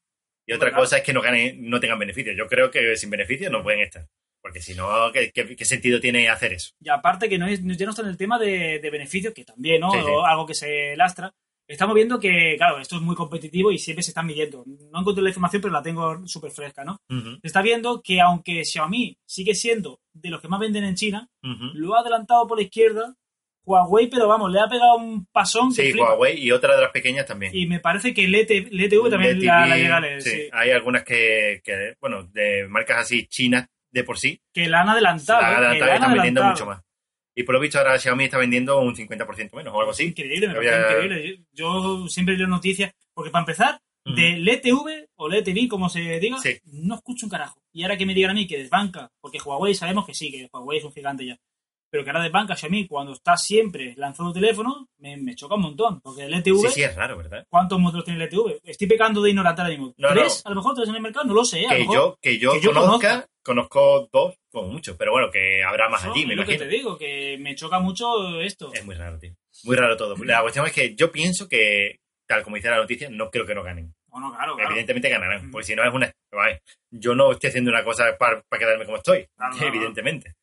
y otra Claro. cosa es que no ganen, no tengan beneficios. Yo creo que sin beneficios no pueden estar. Porque si no, ¿qué, qué- qué sentido tiene hacer eso? Y aparte que no es, ya no está en el tema de, de beneficios, que también, ¿no? Sí, sí. O Algo que se lastra. Estamos viendo que, claro, esto es muy competitivo y siempre se están midiendo. No encuentro la información, pero la tengo súper fresca, ¿no? se está viendo que aunque Xiaomi sigue siendo de los que más venden en China, Ujú. lo ha adelantado por la izquierda Huawei, pero vamos, le ha pegado un pasón que Sí, flipa. Huawei y otra de las pequeñas también. Y me parece que el ET el ETV también la, DTV, la llega a leer, E sí. sí. Hay algunas que, que, bueno, de marcas así chinas de por sí, Que la han adelantado. ¿eh? la Galaxy que la han están vendiendo adelantado. mucho más. Y por lo visto ahora Xiaomi está vendiendo un 50% menos o algo así. Increíble, me Había- parece increíble. Yo siempre leo noticias, porque para empezar, Ujú. del ETV o LETV, como se diga, Mm. Sí. no escucho un carajo. Y ahora que me digan a mí que desbanca, porque Huawei sabemos que sí, que Huawei es un gigante ya. pero que ahora de bancas a mí, cuando está siempre lanzando teléfonos, me, me choca un montón. Porque el ETV, Sí, sí, es raro, ¿verdad? ¿cuántos modelos tiene el ETV? Estoy pecando de ignorante ahora mismo. No, no. ¿Tres? A lo mejor tres en el mercado, no lo sé. a lo Que mejor. yo, que yo que yo conozca, conozco dos como mucho, pero bueno, que habrá más Eso allí, me es lo que imagino. Eh, te digo, que me choca mucho esto. Es muy raro, tío. Muy raro todo. La cuestión es que yo pienso que, tal como dice la noticia, no creo que no ganen. Bueno, claro, claro. Evidentemente ganarán, Mm. porque si no es una... vale, yo no estoy haciendo una cosa para, quedarme como estoy, Claro, claro, evidentemente.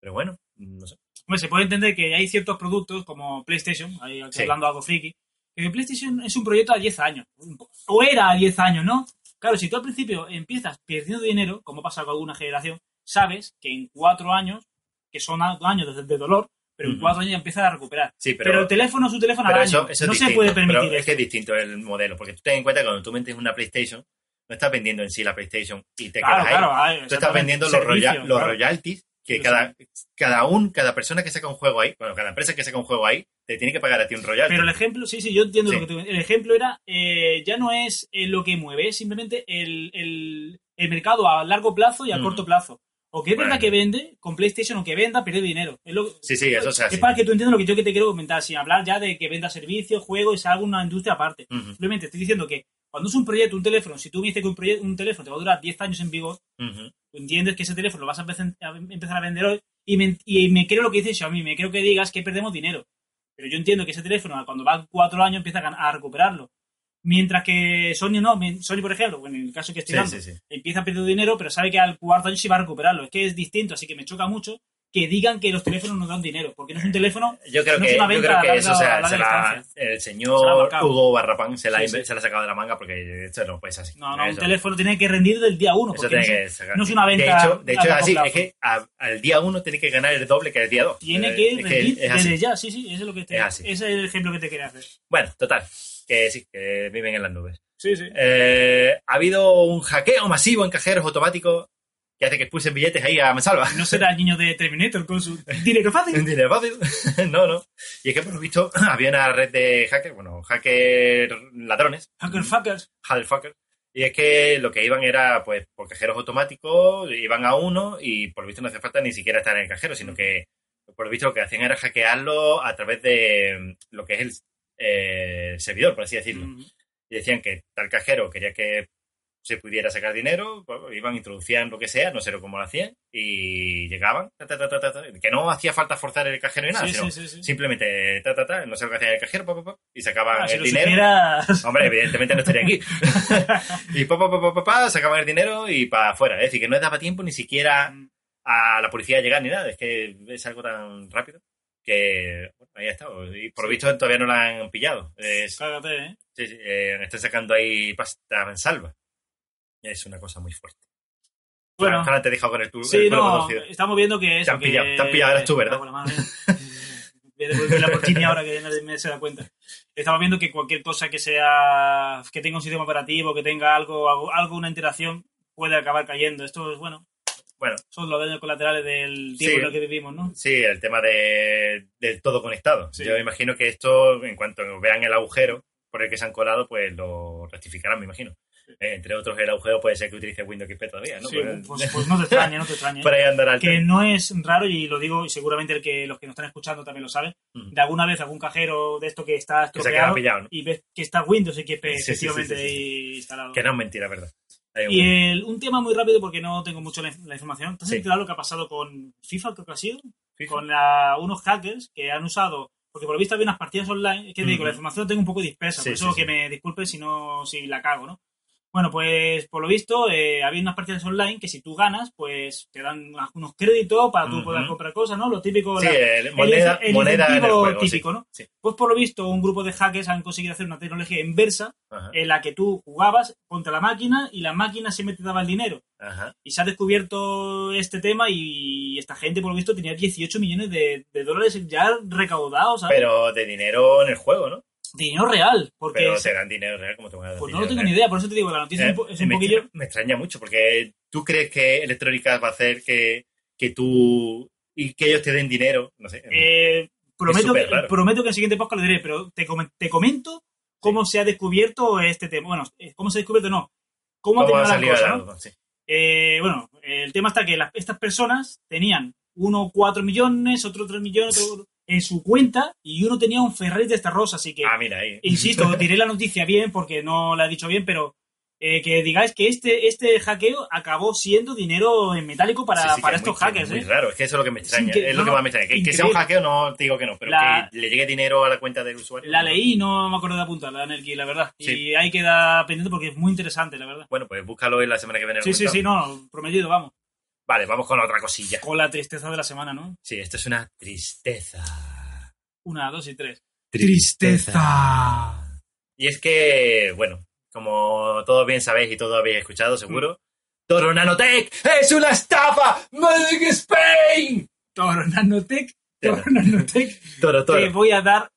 Pero bueno, no sé. Hombre, se puede entender que hay ciertos productos como PlayStation, ahí estoy Sí. hablando algo friki, que PlayStation es un proyecto a 10 años, o era a 10 años, ¿no? Claro, si tú al principio empiezas perdiendo dinero, como pasa con alguna generación, sabes que en 4 años, que son a- años de, de dolor, pero en Ujú. 4 años ya empiezas a recuperar. Sí, Pero, pero... el teléfono, su teléfono pero al eso, año, eso es no distinto, se puede permitir pero es que esto. es distinto el modelo, porque tú ten en cuenta que cuando tú vendes una PlayStation, no estás vendiendo en sí la PlayStation y te Claro, quedas ahí. claro, ahí, Tú estás exactamente, vendiendo los, servicio, roya- los claro. royalties que Sí, cada, cada un, cada persona que saca un juego ahí, bueno, cada empresa que saca un juego ahí, te tiene que pagar a ti un royalty. Pero el ejemplo, sí, sí, yo entiendo Sí. lo que tú- El ejemplo era, eh, ya no es eh, lo que mueve, es simplemente el, el- el mercado a largo plazo y a Mm. corto plazo. O que es verdad Bueno. que vende, con PlayStation, o que venda, pierde dinero. Es lo- Sí, sí, eso se hace. es para que tú entiendas lo que yo que te quiero comentar, sin hablar ya de que venda servicios, juegos y salga una industria aparte. Ujú, Simplemente estoy diciendo que cuando es un proyecto, un teléfono, si tú viste que un, proyecto, un teléfono te va a durar 10 años en vigor, ujú. tú entiendes que ese teléfono lo vas a empezar a em-, empezar a vender hoy y me, y me creo lo que dice Xiaomi, me creo que digas que perdemos dinero. Pero yo entiendo que ese teléfono, cuando va cuatro años, empieza a, gan- a recuperarlo. Mientras que Sony no, men- Sony por ejemplo, bueno, en el caso que estoy Sí, dando, sí, sí. empieza a perder dinero, pero sabe que al cuarto año sí va a recuperarlo. Es que es distinto, así que me choca mucho que digan que los teléfonos no dan dinero, porque Eh, no es un teléfono, Yo creo No que, es una yo venta creo que a eso larga- se, a larga se la, distancia. el Se la ha señor marcado. Hugo Barrapán se la, ha Sí, inve- sí. se la ha sacado de la manga porque esto no puede ser así. no, no, un Eso- teléfono tiene que rendir del día uno, eso porque tiene no es- que sacar. no es una venta De hecho, de a hecho es largo así. plazo. Es que a- al día uno tiene que ganar el doble que el día dos. tiene Eh, que es rendir es así. desde ya, sí, sí, eso es lo que te- Es así. ese es el ejemplo que te quería hacer. Bueno, total. Que sí, que viven en las nubes. Sí, sí. Eh, ha habido un hackeo masivo en cajeros automáticos que hace que expulsen billetes ahí a Mansalva. No será el niño de Terminator con su dinero fácil. Dinero fácil. no, no. Y es que por lo visto había una red de hackers, bueno, hackers ladrones. Hacker fuckers. Hadelfucker. Y es que lo que iban era, pues, por cajeros automáticos, iban a uno y por lo visto no hace falta ni siquiera estar en el cajero, sino que por lo visto lo que hacían era hackearlo a través de mm, lo que es el eh, servidor, por así decirlo. Mm, y decían que tal cajero quería que se pudiera sacar dinero, bueno, iban, introducían lo que sea, no sé cómo lo hacían, y llegaban, ta, ta, ta, ta, ta, ta, que no hacía falta forzar el cajero ni nada, sí, sino sí, sí, sí. simplemente ta, ta, ta, no sé lo que hacía el cajero, pa, pa, pa, y sacaban Ah, si el lo dinero. supieras- Hombre, evidentemente no estaría aquí. y pa, pa, pa, pa, pa, pa, sacaban el dinero y para afuera. Es decir, que no les daba tiempo ni siquiera Mm, a la policía a llegar ni nada. Es que es algo tan rápido que bueno, ahí ha estado. Y por lo visto todavía no la han pillado. Es- Cágate, ¿eh? Sí, sí, eh, están sacando ahí pasta en salva. Es una cosa muy fuerte. Bueno, Ojalá te he dejado con el, tu- sí, el culo no, conocido. estamos viendo que eso. Te han que- pillado, te han pillado, eres tú, ¿verdad? Ah, bueno, madre mía. Voy a devolver la porcini ahora que nadie me se da cuenta. Estamos viendo que cualquier cosa que sea. que tenga un sistema operativo, que tenga algo, algo, algo, una interacción, puede acabar cayendo. Esto es bueno. Bueno. Son los daños colaterales del tiempo Sí. en el que vivimos, ¿no? Sí, el tema de, del todo conectado. Sí. Yo imagino que esto, en cuanto vean el agujero por el que se han colado, pues lo rectificarán, me imagino. Eh, entre otros, el agujero puede ser que utilice Windows XP todavía, ¿no? Sí, Por- pues, pues no te extrañe, no te extrañe. por ahí andará el que tema. no es raro, y lo digo, y seguramente el que, los que nos están escuchando también lo saben, Ujú. de alguna vez algún cajero de esto que está Mm. Que se ha quedado estropeado pillado, ¿no? y ves que está Windows XP Sí, sí, efectivamente sí, sí, sí. ahí instalado. Que no es mentira, ¿verdad? Hay un- Y eh, el- un tema muy rápido porque no tengo mucho la, la información. ¿Te has Sí. enterado lo que ha pasado con FIFA, creo que ha sido? Fijo. Con la- unos hackers que han usado, porque por lo visto había unas partidas online, es que te digo, Ujú. la información la tengo un poco dispersa, Sí, por eso sí, sí. que me disculpen si no, si la cago, ¿no? Bueno, pues por lo visto eh, había unas partidas online que si tú ganas, pues te dan unos créditos para tú Ujú. poder comprar cosas, ¿no? Lo típico, Sí, la- el- moneda, el moneda en el incentivo juego. sí. típico, ¿no? Sí. Pues por lo visto un grupo de hackers han conseguido hacer una tecnología inversa Ajá, en la que tú jugabas contra la máquina y la máquina siempre te daba el dinero. ajá. Y se ha descubierto este tema y esta gente, por lo visto, tenía 18 millones de, de dólares ya recaudados, ¿sabes? Pero de dinero en el juego, ¿no? Dinero real, porque... Pero se- te dan dinero real como te van a dar pues no dinero lo tengo real? Eh, ni idea, por eso te digo, la noticia es un po- es un me, poquillo... extra- me extraña mucho porque tú crees que electrónica va a hacer que, que tú y que ellos te den dinero, no sé. Eh, prometo, que, súper raro. prometo que en el siguiente podcast lo diré, pero te, comen- te comento cómo se ha descubierto este tema. Bueno, eh, cómo se ha descubierto, no. Cómo, ha ¿Cómo tenido ha la salido cosa, a la ¿no? luz? Sí. Eh, bueno, el tema está que las- estas personas tenían uno 4 millones, otro 3 millones, otro- en su cuenta y uno tenía un Ferrari de esta rosa, así que, Ah, mira ahí. insisto, diré la noticia bien porque no la he dicho bien, pero eh, que digáis que este, este hackeo acabó siendo dinero en metálico para, Sí, sí, para que es estos muy- hackers. Muy ¿eh? raro, es que eso es lo que me Es extraña. incre- es lo no, que no, más me extraña. Que, que sea un increíble. hackeo no te digo que no, pero La- que le llegue dinero a la cuenta del usuario. La leí y no me acuerdo de apuntarla, Nelky, la verdad. Sí. Y ahí queda pendiente porque es muy interesante, la verdad. Bueno, pues búscalo y la semana que viene. lo Sí, sí, sí, comentamos. no, prometido, vamos. Vale, vamos con otra cosilla. Con la tristeza de la semana, ¿no? Sí, esto es una tristeza. Una, dos y tres. Y es que, bueno, como todos bien sabéis y todos habéis escuchado, seguro, Mm. Toro Nanotech es una estafa. ¡Made in Spain! Toro Nanotech, Toro Toro, Nanotech, toro. te voy a dar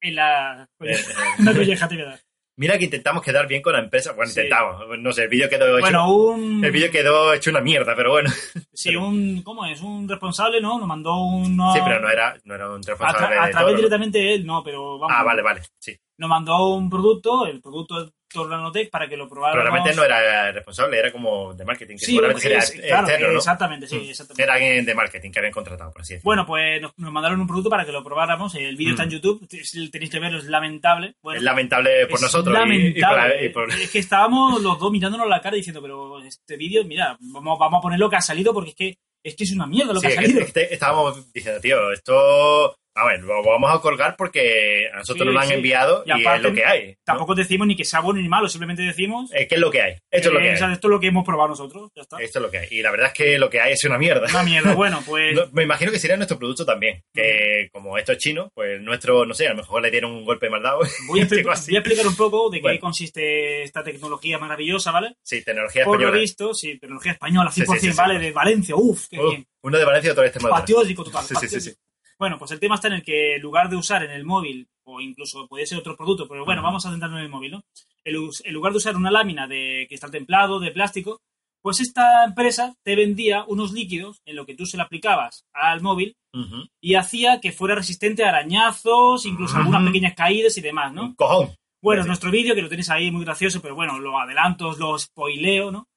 en la... Eh, Una eh, colleja te voy a dar. Mira que intentamos quedar bien con la empresa. Bueno, Sí. intentamos. No sé, el vídeo quedó hecho Bueno, un... El vídeo quedó hecho una mierda, pero bueno. Sí, un... ¿Cómo es? Un responsable, ¿no? Nos mandó un... Sí, pero no era, no era un A, responsable tra- a de través todo, ¿no? directamente de él, no, pero vamos. Ah, vale, vale. Sí. Nos mandó un producto, el producto de Toro Nanotech, para que lo probáramos. Probablemente no era el responsable, era como de marketing. Que Sí, pues, seguramente es- era claro, externo, ¿no? exactamente, sí, Mm. exactamente. Era alguien de marketing que habían contratado, por así decirlo. Bueno, pues nos, nos mandaron un producto para que lo probáramos. El vídeo Mm. está en YouTube, t- si tenéis que verlo, es lamentable. Bueno, es lamentable por es nosotros. y- lamentable. Y, por, y por- Es que estábamos los dos mirándonos la cara diciendo, pero este vídeo, mira, vamos, vamos a poner lo que ha salido porque es que es, que es una mierda lo Sí, que es ha que- salido. es que estábamos diciendo, tío, esto. A ver, lo vamos a colgar porque a nosotros Sí, nos lo han sí. enviado Y y, aparte, es lo que hay. ¿no? Tampoco decimos ni que sea bueno ni malo, simplemente decimos. Es que es lo que hay. Esto es lo eh, que o sea, hay. Eh. esto es lo que hemos probado nosotros. Ya está. Esto es lo que hay. Y la verdad es que lo que hay es una mierda. Una mierda. Bueno, pues. No, me imagino que sería nuestro producto también. Mm. Que como esto es chino, pues nuestro, no sé, a lo mejor le dieron un golpe mal dado. Voy a, expli- Digo así. voy a explicar un poco de qué Bueno. consiste esta tecnología maravillosa, ¿vale? Sí, tecnología Por lo española. visto, sí, tecnología española, 100%, Sí, sí, sí, sí, ¿vale? sí. De Valencia, uff, qué Uh, bien. uno de Valencia y otro de este Extremadura. Patriótico total. Sí, sí, sí, sí. patriótico. Bueno, pues el tema está en el que en lugar de usar en el móvil, o incluso podría ser otro producto, pero bueno, Ujú. vamos a centrarnos en el móvil, ¿no? El us- En lugar de usar una lámina de cristal templado, de plástico, pues esta empresa te vendía unos líquidos en lo que tú se lo aplicabas al móvil Ujú. y hacía que fuera resistente a arañazos, incluso algunas Ujú. pequeñas caídas y demás, ¿no? Un cojón. Bueno, Sí. nuestro vídeo, que lo tenéis ahí muy gracioso, pero bueno, lo adelanto, os lo spoileo, ¿no?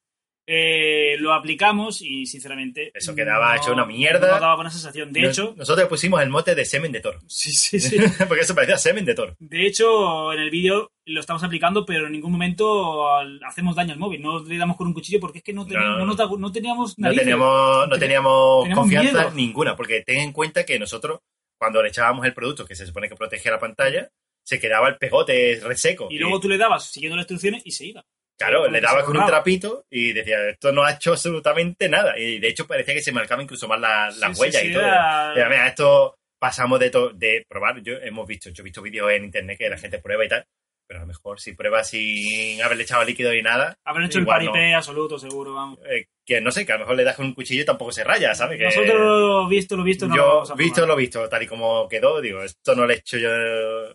Eh, lo aplicamos y sinceramente. Eso quedaba hecho una mierda. No daba buena sensación. De Nos- hecho. nosotros pusimos el mote de semen de toro. Sí, sí, sí. Porque eso parecía semen de toro. De hecho, en el vídeo lo estamos aplicando, pero en ningún momento al- hacemos daño al móvil. No le damos con un cuchillo porque es que no, teníamos, No. no nos da- no teníamos No narices. teníamos, no teníamos Teníamos confianza miedo. ninguna. Porque ten en cuenta que nosotros, cuando le echábamos el producto que se supone que protegía la pantalla, se quedaba el pegote reseco. Y luego tú le dabas siguiendo las instrucciones y se iba. Claro, Como le que daba se con un borraba. trapito y decía, esto no ha hecho absolutamente nada. Y de hecho parecía que se marcaba incluso más la, la Sí, huella sí, y sí, todo. era- Mira, mira, esto pasamos de, to- de probar. Yo hemos visto, yo he visto vídeos en internet que la gente prueba y tal. Pero a lo mejor si prueba sin haberle echado líquido ni nada, Habrán hecho Igual el no. paripé absoluto, seguro, vamos. eh, que no sé, que a lo mejor le das con un cuchillo y tampoco se raya, ¿sabes? Que Nosotros lo visto, lo visto, no lo yo vamos a visto probar. lo visto, tal y como quedó, digo, esto no le he hecho yo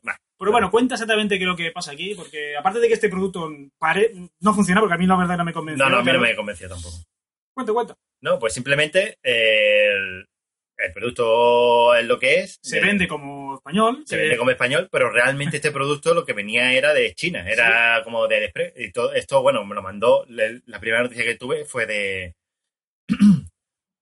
más. Pero bueno, cuenta exactamente qué es lo que pasa aquí, porque aparte de que este producto pare- no funciona, porque a mí la verdad no me convence. No, no, a mí no me convenció tampoco. Cuenta, cuenta. No, pues simplemente eh, el, el producto es lo que es. Se Eh, vende como español. se vende como español, pero realmente este producto lo que venía era de China, era como de Aliexpress. Y todo esto, bueno, me lo mandó. le- la primera noticia que tuve fue de.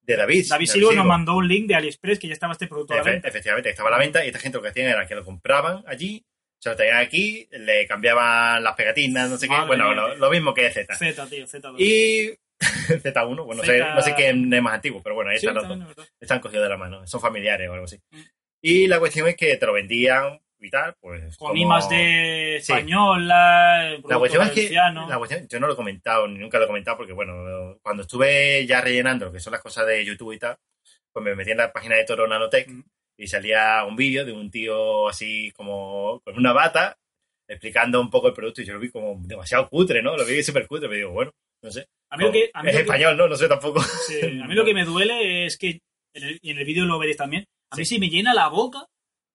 de David. David Silva Silva nos mandó un link de AliExpress que ya estaba este producto a la Efe- venta. Efectivamente, estaba a la venta y esta gente lo que hacían era que lo compraban allí, se lo traían aquí, le cambiaban las pegatinas, no sé qué. Madre Bueno, mía, lo, tío. lo mismo que Z. Z, tío, Z2. Y. Z1, bueno, no sé, Z- no sé qué es más antiguo, pero bueno, ahí Sí, están los dos también, la verdad. están cogidos de la mano, son familiares o algo así. Mm. Y la cuestión es que te lo vendían y tal, pues. Con como- IMAX de Sí. española, el La producto cuestión es que. valenciano. La cuestión, yo no lo he comentado, ni nunca lo he comentado, porque bueno, cuando estuve ya rellenando lo que son las cosas de YouTube y tal, pues me metí en la página de Toro Nanotech Mm. y salía un vídeo de un tío así como con una bata explicando un poco el producto y yo lo vi como demasiado cutre, ¿no? Lo vi súper cutre, me digo, bueno, no sé. A mí lo que, a mí es lo que- español, ¿no? No sé tampoco. sí, a mí lo que me duele es que, en el- y en el vídeo lo veréis también, a mí Sí. se me llena la boca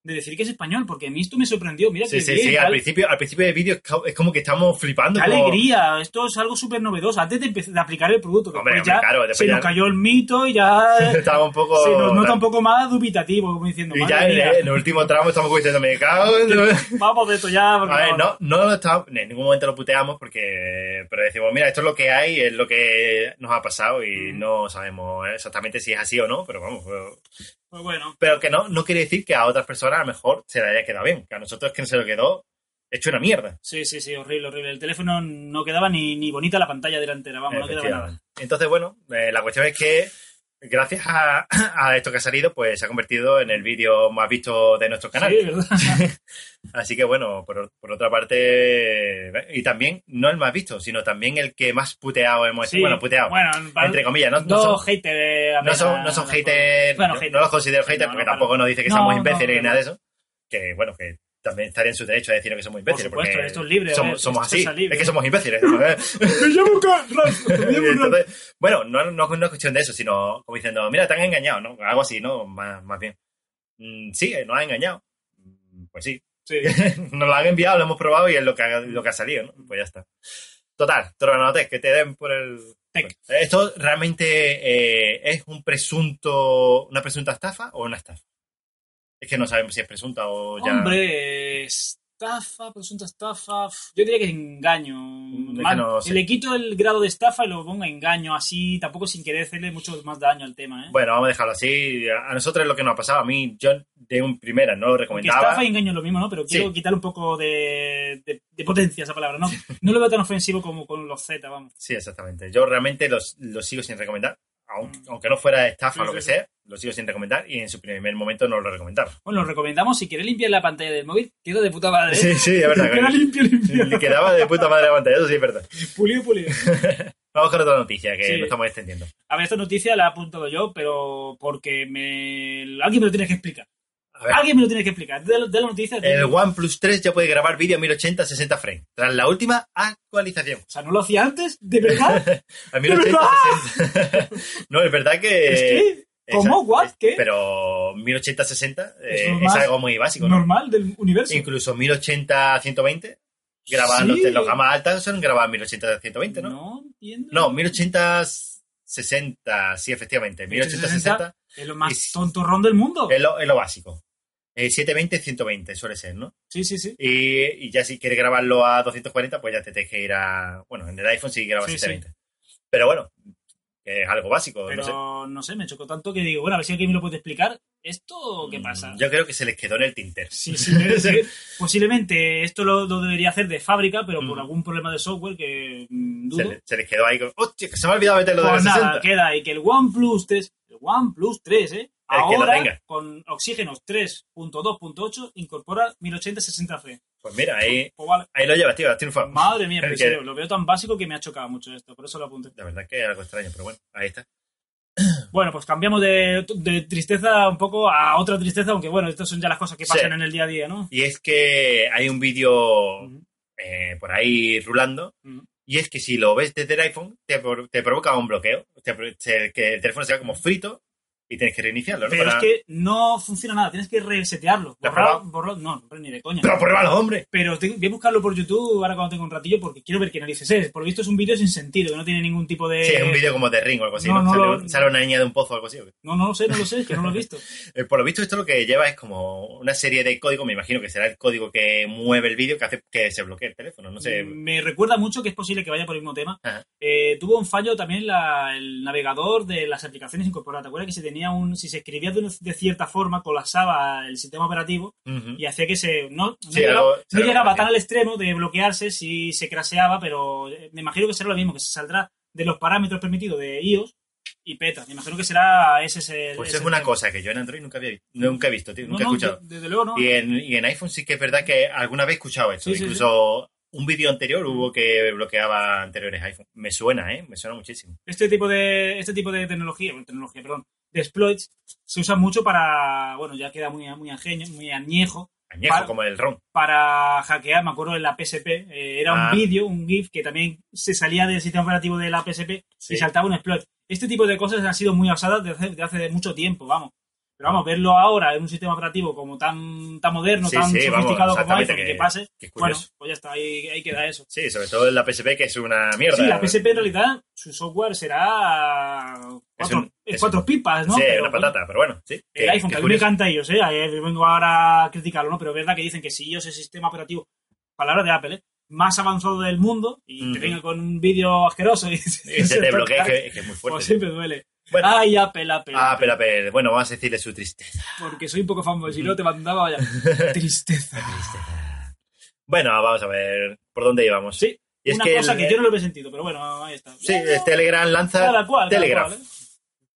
de decir que es español, porque a mí esto me sorprendió. Mira Sí, qué sí, bien, sí. Al tal. principio, al principio del vídeo es ca- es como que estamos flipando. ¿eh? ¡Qué como- alegría! Esto es algo súper novedoso. Antes de, empezar- de aplicar el producto, que Hombre, después hombre, ya claro, después se ya- nos cayó el mito y ya eh, Estaba un poco. se nos nota un poco más dubitativo, como diciendo, Y madre ya en mía, el, en el último tramo estamos como diciendo, me cago. en- vamos de esto ya. porque A ver, vamos. no, no lo está- en ningún momento lo puteamos porque pero decimos, mira, esto es lo que hay, es lo que nos ha pasado y Mm. no sabemos eh, exactamente si es así o no, pero vamos. Pero, Pues bueno, pero que no, no quiere decir que a otras personas a lo mejor se le haya quedado bien, que a nosotros que no se lo quedó hecho una mierda. sí, sí, sí, horrible, horrible. El teléfono no quedaba ni, ni bonita la pantalla delantera, vamos, no quedaba Efectivamente. nada. Entonces, bueno, eh, la cuestión es que gracias a, a esto que ha salido, pues se ha convertido en el vídeo más visto de nuestro canal. Sí, ¿verdad? Así que bueno, por, por otra parte, eh, y también no el más visto, sino también el que más puteado hemos Sí. Bueno, puteado, Bueno, para- entre comillas, no, no dos son, haters. no apenas, son, no son haters, Bueno, yo haters. no los considero haters No, porque no, tampoco nos dice que No, somos no, imbéciles no. ni nada de eso. Que bueno, que también estaría en su derecho de decirnos que somos Por imbéciles. supuesto, porque esto es libre. a Somos, ver, somos esto así, es libre. es que somos imbéciles. ¿no? Me llamo Carras, me llamo Carras. Entonces, bueno, no, no, no es cuestión de eso, sino como diciendo, mira, te han engañado, ¿no? Algo así, ¿no? Más, más bien. Mm, sí, eh, nos han engañado. Mm, Pues sí. Sí. nos lo han enviado, lo hemos probado y es lo que ha, lo que ha salido, ¿no? Pues ya está. Total, Tronotec, que te den por el... Tec. Esto realmente eh, es un presunto, una presunta estafa o una estafa. Es que no sabemos si es presunta o ya... Hombre, eh, estafa, presunta estafa. f- Yo diría que es engaño. Mm, que Más- no sé. Le quito el grado de estafa y lo pongo engaño, así tampoco sin querer hacerle mucho más daño al tema. ¿eh? Bueno, vamos a dejarlo así. A a nosotros es lo que nos ha pasado. A mí, yo de un primera no lo Porque recomendaba. estafa y engaño es lo mismo, ¿no? Pero quiero Sí. quitar un poco de, de- de potencia a esa palabra, ¿no? No lo veo tan ofensivo como con los Z, vamos. Sí, exactamente. Yo realmente los, los sigo sin recomendar. Aun- Aunque no fuera estafa o lo Mm. Sí, sí, que sí. sea, lo sigo sin recomendar y en su primer momento no lo recomendaba. Bueno, lo recomendamos. Si quieres limpiar la pantalla del móvil, queda de puta madre. ¿eh? Sí, sí, es verdad. Queda limpio, limpio. Le quedaba de puta madre la pantalla, eso sí es verdad. Pulido, pulido. Vamos con otra noticia que Sí. lo estamos extendiendo. A ver, esta noticia la he apuntado yo, pero porque me... alguien me lo tiene que explicar. A ver, Alguien me lo tiene que explicar. De, la- de la noticia. de- el O OnePlus 3 ya puede grabar vídeo a 1080 60 frames tras la última actualización. sea, ¿no lo hacía antes? ¿De verdad? A 1080 60. no, es verdad que. ¿Es Eh, que? ¿Cómo? Esa- ¿What? es- ¿Qué? Pero 1080-60 Es eh, lo es más algo muy básico, ¿no? ¿Normal del universo? Incluso 1080-120, grababan Sí. los, los gamas altas son grabadas 1080-120, ¿no? No entiendo. No, 1080-60, sí, efectivamente. 1080-60 Es lo más Es- tontorrón del mundo. es lo, es lo básico. Eh, 720-120 suele ser, ¿no? Sí, sí, sí. Y, y ya si quieres grabarlo a 240, pues ya te tienes que ir a... Bueno, en el iPhone sí grabas Sí, sí. 720. Pero bueno, es algo básico. Pero no sé. no sé. me chocó tanto que digo, bueno, a ver si alguien me lo puede explicar. ¿Esto qué pasa? Mm, Yo creo que se les quedó en el tintero. Sí, sí, debe ser. Posiblemente esto lo, lo debería hacer de fábrica, pero por Mm. algún problema de software que mm, se, dudo. le- se les quedó ahí con, ¡Hostia, que se me ha olvidado meterlo de los Pues nada, 60! queda ahí que el OnePlus 3, el OnePlus 3, ¿eh? El que lo Ahora, tenga. con Oxígenos 3.2.8, incorpora 1080-60F. Pues mira, ahí, Pues vale. ahí lo llevas, tío, has triunfado. Madre mía, El pero que- serio, lo veo tan básico que me ha chocado mucho esto, por eso lo apunté. La verdad es que es algo extraño, pero bueno, ahí está. Bueno, pues cambiamos de, de tristeza un poco a otra tristeza, aunque bueno, estas son ya las cosas que pasan Sí. en el día a día, ¿no? Y es que hay un vídeo Ujú. eh, por ahí rulando, Ujú. y es que si lo ves desde el iPhone, te, pro- te provoca un bloqueo, te pro- te- que el teléfono se va como frito y tienes que reiniciarlo. ¿no? Pero es Para- que no funciona nada, tienes que resetearlo. ¿Lo has Borrar, probado? borrar- no, no, ni de coña. ¡Pero pruébalo, hombre! Pero te- voy a buscarlo por YouTube ahora cuando tenga un ratillo porque quiero ver qué narices es. Por lo visto es un vídeo sin sentido, que no tiene ningún tipo de... Sí, es un vídeo como de Ring o algo así, Eh, no, ¿no? no sale, lo- un- sale una niña de un pozo o algo así. ¿o qué? No, no lo sé, no lo sé, es que no lo he visto. Eh, Por lo visto, esto lo que lleva es como una serie de códigos, me imagino que será el código que mueve el vídeo que hace que se bloquee el teléfono, no sé. Me recuerda mucho que es posible que vaya por el mismo tema. Ajá. Eh, tuvo un fallo también la- el navegador de las aplicaciones incorporadas. ¿Te acuerdas que si tenía un, si se escribía de, una- de cierta forma, colapsaba el sistema operativo Ujú. Mm, y hacía que se no, no Sí, llegaba, algo- no algo llegaba parecido. tan al extremo de bloquearse si se craseaba, pero eh, me imagino que será lo mismo, que se saldrá de los parámetros permitidos de iOS y peta. Me imagino que será ese, ese- Pues ese es una tema. cosa que yo en Android nunca había visto, nunca he visto, tío, No, nunca he no, escuchado. de- desde luego no. Y en, y en iPhone sí que es verdad que alguna vez he escuchado esto. Sí, sí, Incluso un vídeo anterior hubo que bloqueaba anteriores iPhone. Me suena, ¿eh? Me suena muchísimo. este tipo de este tipo de tecnología, bueno, tecnología, perdón, de exploits se usa mucho para, bueno, ya queda muy muy ajeño, muy añejo Añejo, Vale. como el ROM. para hackear, me acuerdo en la PSP, eh, era Ah. un vídeo, un GIF que también se salía del sistema operativo de la PSP Sí. y saltaba un exploit. Este tipo de cosas han sido muy usadas desde hace, de hace mucho tiempo, vamos. Pero vamos, verlo ahora en un sistema operativo como tan, tan moderno, Sí, tan sí, vamos, sofisticado como exactamente, iPhone, que, que- pase, que es bueno, curioso. pues ya está, ahí, ahí queda eso. Sí, sobre todo en la PSP, que es una mierda. eh. Sí, la PSP en realidad, su software será cuatro, un- es es cuatro un- pipas, ¿no? Sí, Pero, una bueno, patata, pero bueno, sí. El que- que iPhone, que es a mí me curioso. encanta ellos, ¿eh? Ahí Vengo ahora a criticarlo, ¿no? Pero es verdad que dicen que si ellos el sistema operativo, palabras de Apple, ¿eh? más avanzado del mundo y te Ujú. venga con un vídeo asqueroso y Y se te bloquea, es que, es que es muy fuerte. Pues siempre duele. Bueno. Ay, Apple, Apple, Ah, Apple, pero, pero, bueno, vamos a decirle su tristeza. Porque soy un poco fanboy, si no te mandaba, vaya. Tristeza. Bueno, vamos a ver por dónde íbamos. Sí, Y es Una que cosa el- que yo no lo he sentido, pero bueno, ahí está. Sí, Bueno, Telegram lanza cada cual, cada Telegraph. cual, ¿eh?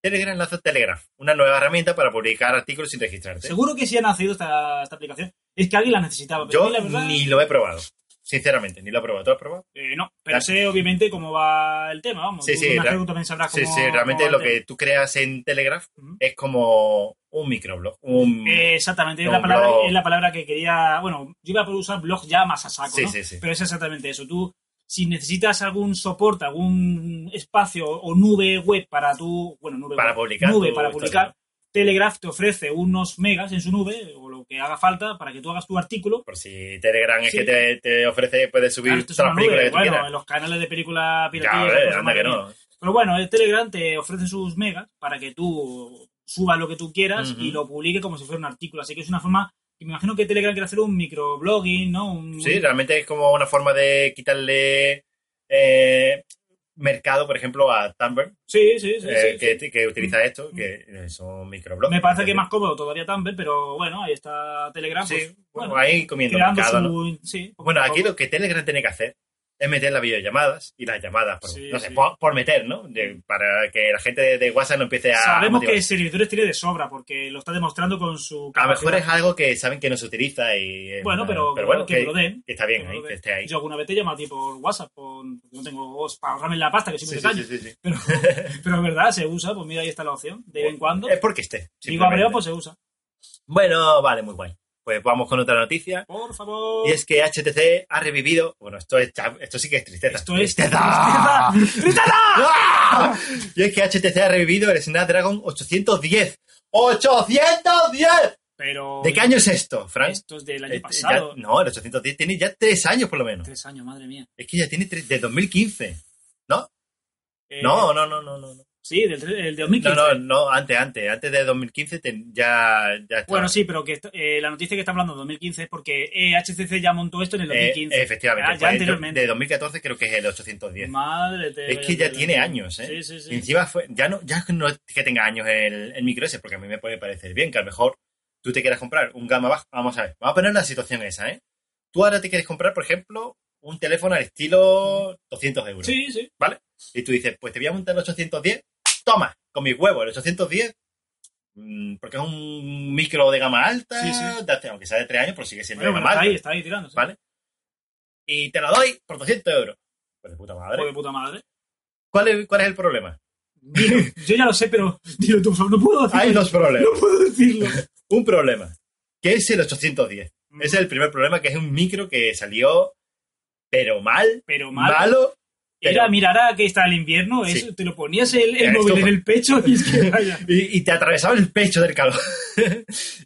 Telegram lanza Telegraph, una nueva herramienta para publicar artículos sin registrarte. Seguro que sí ha nacido esta, esta aplicación. Es que alguien la necesitaba. Pero a Yo mí la verdad, ni lo he probado, sinceramente, ni lo he probado. ¿Tú lo has probado? eh, no, pero La- sé obviamente cómo va el tema, vamos. Sí, Tú sí, me imagino la- que tú también sabrás Sí, cómo- sí, realmente cómo lo va el tema. que tú creas en Telegraph Ah, Ujú. es como un microblog, un... Eh, exactamente, es Un la, palabra, blog. es la palabra que quería. Bueno, yo iba a usar blog ya más a saco, Sí, ¿no? sí, sí. Pero es exactamente eso. Tú, si necesitas algún soporte, algún espacio o nube web para tu. Bueno, nube Para web, publicar Nube tu para historia. publicar. Telegraph te ofrece unos megas en su nube, o lo que haga falta, para que tú hagas tu artículo. Por si Telegram es Sí. que te, te ofrece, puedes subir Claro, esto es todas una las películas nube. que tú Bueno, quieras. en los canales de película Ya, piratillas. eh, y cosas, anda madre que mía. no. Pero bueno, el Telegram te ofrece sus megas para que tú subas lo que tú quieras Ujú. y lo publiques como si fuera un artículo. Así que es una forma, me imagino que Telegram quiere hacer un microblogging, ¿no? Un- Sí, realmente es como una forma de quitarle eh, mercado, por ejemplo, a Tumblr, sí, sí, sí, sí, eh, sí. que, que utiliza esto, que eh, son microblogs. Me Es parece que es decir, más cómodo todavía Tumblr, pero bueno, ahí está Telegram. Sí, pues, bueno, bueno, ahí comiendo creando mercado, su... ¿no? Sí, pues, poco Bueno, a aquí poco. lo que Telegram tiene que hacer es meter las videollamadas y las llamadas, por, Sí, no sé, sí. por, por meter, ¿no? De- para que la gente de, de WhatsApp no empiece a... Sabemos motivarse. que servidores tiene de sobra porque lo está demostrando con su A lo mejor capacidad. es algo que saben que no se utiliza y... eh, Bueno, pero, bueno, que, que, me lo den. que está bien que me ahí, lo que den. esté ahí. Yo alguna vez te llamo a ti por WhatsApp, por- no tengo os para ahorrarme la pasta que siempre Sí, te sí, callo. sí, sí, sí. Pues, eh, Pero, pero es verdad, se usa, pues mira, ahí está la opción. De vez en cuando, Es porque esté. digo abreo, simplemente. pues se usa. Bueno, vale, muy guay. Pues vamos con otra noticia. Por favor. Y es que HTC ha revivido. Bueno, esto es cha- esto sí que es tristeza. Esto es tristeza. tristeza. ¡Tristeza! ¡Ah! Y es que HTC ha revivido el Snapdragon 810. ¡810! Pero. ¿De qué año es esto, Frank? Esto es del Eh, año ya- pasado. no, el 810 tiene ya tres años por lo menos. Tres años, madre mía. Es que ya tiene tres, de 2015. Eh, No, no, no, no, no. No, Sí, del, del de 2015. no, no, no, antes, antes. Antes de 2015 ten- ya, ya estaba. Bueno, sí, pero que esta- eh, la noticia que está hablando de 2015 es porque eh, HCC ya montó esto en el Eh, 2015. efectivamente. Ah, ya fue el do- anteriormente. De 2014 creo que es el 810. Madre te Es que vaya ya tela. tiene años, ¿eh? Sí, sí, sí. Y encima fue, ya no, ya no es que tenga años el, el micro ese, porque a mí me puede parecer bien que a lo mejor tú te quieras comprar un gama baja. Vamos a ver, vamos a poner la situación esa, ¿eh? Tú ahora te quieres comprar, por ejemplo, un teléfono al estilo 200 euros. Sí, sí. Y tú dices, pues te voy a montar el 810, toma, con mis huevos, el 810, mm, porque es un micro de gama alta, Sí, sí. de hace- aunque sea de tres años, pero sigue siendo Bueno, de bueno, gama está ahí, alta. está ahí tirando. sí. Vale. Y te lo doy por 200 euros. Pues de puta madre. Joder, de puta madre. ¿Cuál es, ¿Cuál es el problema? Dilo, yo ya lo sé, pero dilo tú, por favor, no puedo decirlo. Hay dos problemas. No Mm. puedo decirlo. Un problema, que es el 810. Ese es el primer problema, que es un micro que salió, pero mal, Pero mal. malo. pero- Era mirar a que está el invierno, Sí. eso, te lo ponías el, el Era móvil estufa. en el pecho y es que vaya. Y, y te atravesaba el pecho del calor.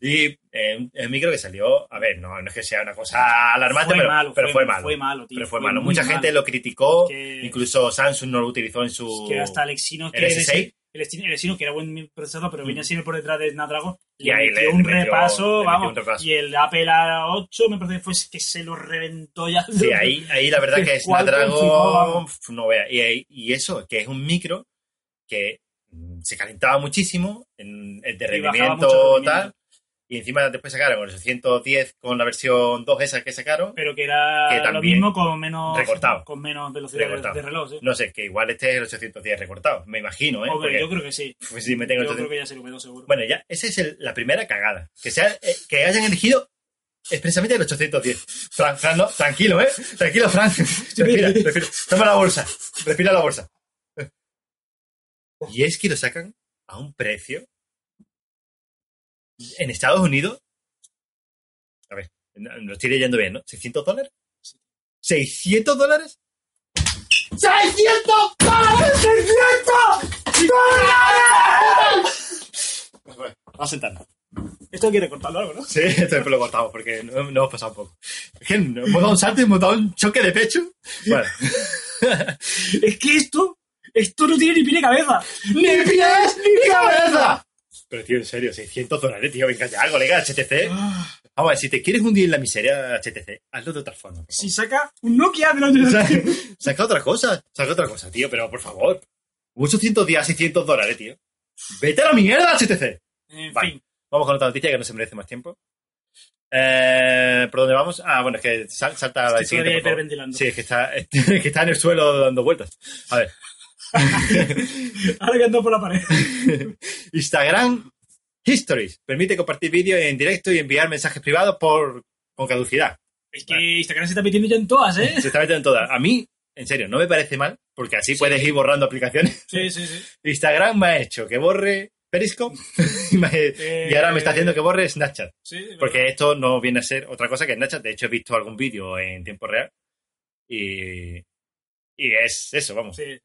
y eh, un- el micro que salió, a ver, no, no es que sea una cosa alarmante, pero, pero fue, malo. Fue malo, tío. pero fue, malo. muy Mucha gente lo criticó, Que- incluso Samsung no lo utilizó en su... Es que hasta el Exynos, que ¿El S6? el Exynos- el Exynos, que era buen procesador, pero venía siempre por detrás de Snapdragon, Mm. Y le ahí metió le- un le metió- repaso, le metió vamos, un repaso. y el Apple A8 me parece que fue que se lo reventó ya. Sí, ahí, ahí la verdad que Que Qualcomm flipó, Snapdragon vamos. pf, no vea. Y, ahí- y eso, que es un micro que mm, se calentaba muchísimo en, en de Y bajaba rendimiento, mucho rendimiento. tal. Y encima después sacaron el 810 con la versión 2 esa que sacaron. Pero que era Que lo también mismo con menos, recortado. con menos velocidad de- Recortado. de reloj. ¿sí? No sé, que igual este es el 810 recortado, me imagino, ¿eh? Hombre, Porque yo creo que sí. pues, si me Yo tengo el creo 810. que ya se lo quedó seguro. Bueno, ya, esa es el- la primera cagada. Que, sea, eh, que hayan elegido expresamente el 810. Fran, Fran, no, tranquilo, ¿eh? Tranquilo, Fran. Respira, respira. Toma la bolsa. Respira la bolsa. Y es que lo sacan a un precio en Estados Unidos. A ver, no- lo estoy leyendo bien, ¿no? ¿600 dólares? ¿600 dólares? ¡600 dólares! ¡600 dólares! a sentarnos. Esto quiere cortarlo algo, ¿no? Sí, esto lo cortamos porque no, no hemos pasado un poco. Es que no hemos dado un salto y hemos dado un choque de pecho. Bueno. Es que esto, esto no tiene ni pie ni cabeza. ¡Ni pies ni cabeza! Pero tío, en serio, 600 dólares, tío, venga ya, colega, HTC. Ah, Vamos a ver, si te quieres hundir en la miseria, HTC, hazlo de otra forma. por Si saca un Nokia de favor. O los sea, saca otra cosa, saca otra cosa, tío, pero por favor. 800 días, 600 dólares, tío. ¡Vete a la mierda, HTC! En Vale. fin. Vamos con otra noticia que no se merece más tiempo. Eh, ¿Por dónde vamos? Ah, bueno, es que sal- salta la Estoy siguiente. por todavía favor. hiperventilando. Sí, es que está, es que está en el suelo dando vueltas. A ver. Ahora que ando por la pared. Instagram Histories. Permite compartir vídeos en directo y enviar mensajes privados por, con caducidad. Es que Instagram se está metiendo ya en todas, ¿eh? Se está metiendo en todas. A mí, en serio, no me parece mal, porque así puedes ir borrando aplicaciones. Sí, sí, sí. Instagram me ha hecho que borre Periscope y, me- y ahora me está haciendo que borre Snapchat. Sí, es verdad. Porque esto no viene a ser otra cosa que Snapchat. De hecho, he visto algún vídeo en tiempo real. Y, y es eso, vamos. Sí.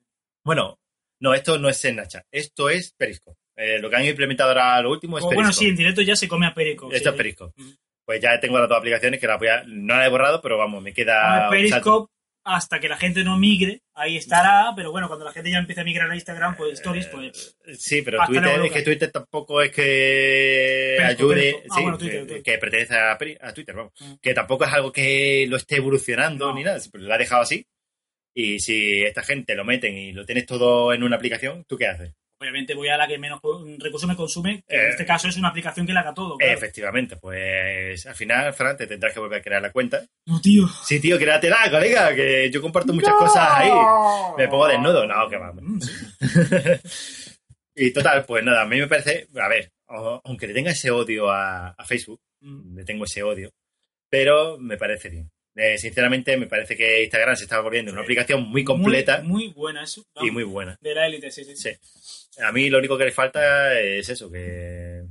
Bueno, no, esto no es Snapchat. Esto es Periscope. Eh, lo que han implementado ahora lo último es O Periscope. Oh, bueno, sí, en directo ya se come a Perico. esto sí. es Periscope. Ujú. Pues ya tengo las dos aplicaciones que las voy a- no las he borrado, pero vamos, me queda... Ah, un salto. Periscope, hasta que la gente no migre, ahí estará, pero bueno, cuando la gente ya empiece a migrar a Instagram, pues Stories, Eh, pues... Sí, pero Hasta Twitter, luego, es que Lucas. Twitter tampoco es que Periscope, ayude, Periscope. Ah, sí, bueno, Twitter, que, Twitter. que pertenece a, Peri- a Twitter, vamos. Mm. Que tampoco es algo que lo esté evolucionando No. ni nada, pero lo ha dejado así. Y si esta gente lo meten y lo tienes todo en una aplicación, ¿tú qué haces? Obviamente voy a la que menos recursos me consume, que Eh. en este caso es una aplicación que la haga todo. claro. Efectivamente, pues al final, Fran, te tendrás que volver a crear la cuenta. No, tío. Sí, tío, créatela, colega, que yo comparto muchas cosas ahí. Me pongo desnudo. No, que va, hombre. Mm, sí. Y total, pues nada, a mí me parece, a ver, o- aunque le tenga ese odio a, a Facebook, Mm. le tengo ese odio, pero me parece bien. Eh, sinceramente, me parece que Instagram se está volviendo una Sí. aplicación muy completa Muy, muy buena eso. y muy buena. De la élite, sí, sí. Sí. A mí lo único que le falta es eso, que,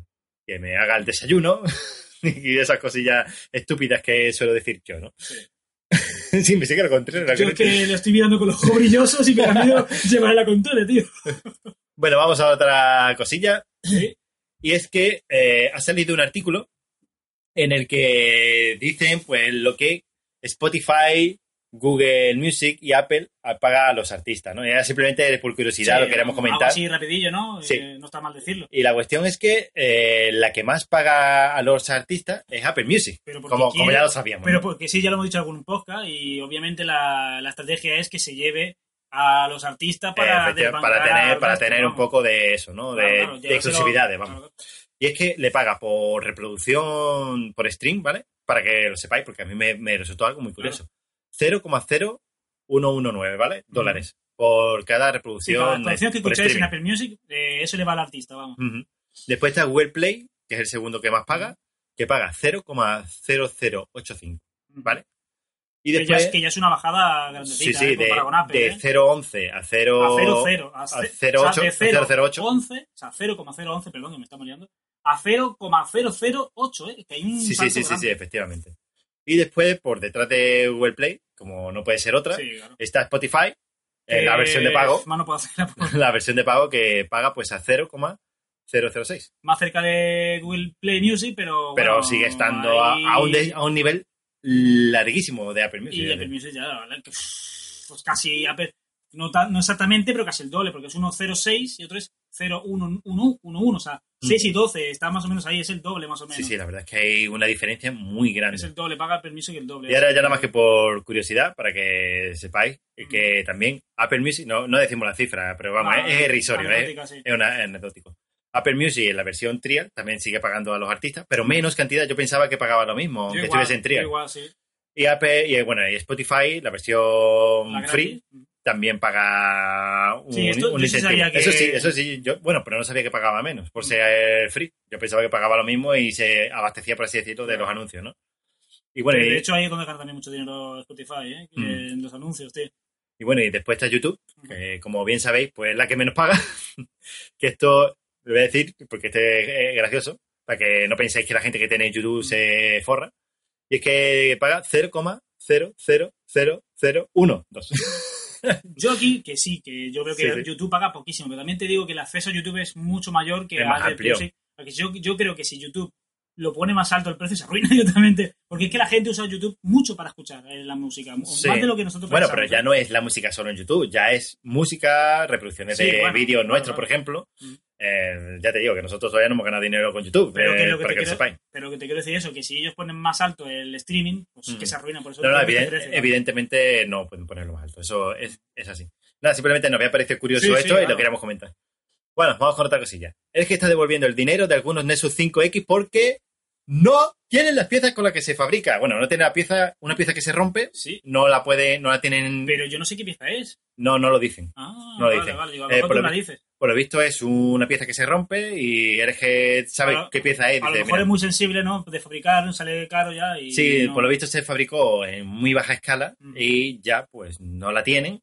que me haga el desayuno y esas cosillas estúpidas que suelo decir yo, ¿no? Sí, me sigue lo contrario. la Yo es corriente. que lo estoy mirando con los ojos brillosos y me da miedo llevar la contraria, tío. Bueno, vamos a otra cosilla. Sí. Y es que eh, ha salido un artículo en el que dicen pues lo que Spotify, Google Music y Apple paga a los artistas, ¿no? Era simplemente por curiosidad lo queremos comentar. Sí, algo así rapidillo, ¿no? Sí. Eh, no está mal decirlo. Y la cuestión es que eh, la que más paga a los artistas es Apple Music, Pero porque como, quiere- como ya lo sabíamos. Pero ¿no? porque sí, ya lo hemos dicho en algún podcast y obviamente la, la estrategia es que se lleve a los artistas Eh, para, efectivamente, desbancar para tener, al para resto, tener un vamos. poco de eso, ¿no? De, Claro, claro, de llevárselo- exclusividades, vamos. claro, claro. Y es que le paga por reproducción, por stream, ¿vale? Para que lo sepáis, porque a mí me, me resultó algo muy curioso. 0,0119, ¿vale? Dólares. Por cada Sí, cada reproducción. canción que por escucháis en streaming. Apple Music, eh, eso le va al artista, vamos. Ujú. Después está Google Play, que es el segundo que más paga, que paga 0,0085, ¿vale? Y Que ya, después. es, que ya es una bajada sí, grandecita sí, eh, de, comparado con Apple. de eh. 0,11 a 0. a 0,0. A, a ce- 0,8, o sea, de a 0,08. 0,11, o sea, 0,011, perdón, que me está mareando. A 0,008, ¿eh? Que hay un Sí, sí, salto sí, sí, sí, grande. efectivamente. Y después, por detrás de Google Play, como no puede ser otra, Sí, claro. Eh, está Spotify, en Eh, la versión de pago, Más no puedo hacer la- la versión de pago que paga pues a 0,006. más cerca de Google Play Music, pero. Pero bueno, sigue estando a- ahí- a, un de- a un nivel larguísimo de Apple Music. Y Apple Music ya, la verdad, que, pues casi Apple. No, tan- no exactamente, pero casi el doble, porque es 1.06 y otro es 0.111, o sea, Mm. 6 y 12, está más o menos ahí, es el doble más o menos. sí, sí, la verdad es que hay una diferencia muy grande. Es el doble, paga Apple Music el doble. Y ahora ya nada más que por curiosidad, para que sepáis eh, Mm. que también Apple Music, no, no decimos la cifra, pero vamos, Ah, es, es irrisorio, es, anecdótica, sí. Es una, es anecdótico. Apple Music en la versión trial también sigue pagando a los artistas, pero menos cantidad. Yo pensaba que pagaba lo mismo, Yo aunque igual, estuviese en yo trial. Igual, sí. Y, Apple, y bueno, y Spotify, la versión La mm. gratis. free, también paga un, Sí, esto un yo sí incentivo. sabía que- Eso sí, eso sí. Yo, bueno, pero no sabía que pagaba menos por ser free. Yo pensaba que pagaba lo mismo y se abastecía, por así decirlo, de los anuncios, ¿no? Y bueno, de y, hecho, ahí es donde gana también mucho dinero Spotify, ¿eh? Que Mm. En los anuncios, tío. y bueno, y después está YouTube, que como bien sabéis, pues es la que menos paga. que esto lo voy a decir porque este es gracioso, para que no penséis que la gente que tiene YouTube se forra. Y es que paga 0,000012. Yo aquí, que sí, que yo veo Sí, que sí. YouTube paga poquísimo, pero también te digo que el acceso a YouTube es mucho mayor que Es a más Apple amplio. Music. ¿eh? Porque yo, yo creo que si YouTube lo pone más alto el precio, se arruina directamente. Porque es que la gente usa YouTube mucho para escuchar eh, la música, o Sí. más de lo que nosotros Bueno, pensamos. pero ya no es la música solo en YouTube, ya es música, reproducciones Sí, de bueno, vídeos claro, nuestros, claro. por ejemplo. Mm. Eh, ya te digo que nosotros todavía no hemos ganado dinero con YouTube, Pero eh, que lo que para que te lo quiero- sepáis. Pero que te quiero decir eso, que si ellos ponen más alto el streaming, pues Mm. que se arruina. Por eso No, no, creo que eviden- crece, ¿no? evidentemente no pueden ponerlo más alto, eso es, es así. Nada, simplemente nos había parecido curioso Sí, sí, esto y claro. lo queríamos comentar. Bueno, vamos con otra cosilla. Es que está devolviendo el dinero de algunos Nexus 5X porque no tienen las piezas con las que se fabrica. Bueno, no tiene la pieza, una pieza que se rompe, Sí, no la puede, no la tienen, pero yo no sé qué pieza es. no, no lo dicen. Ah, No lo vale, dicen. vale. Digo, a Eh, lo mejor por tú lo la vi- dices. Por lo visto es una pieza que se rompe y eres que sabes A- qué pieza es. A lo dices, mejor mira, es muy sensible, ¿no? De fabricar, sale caro ya. Y sí, no- por lo visto se fabricó en muy baja escala Ujú. y ya pues no la tienen.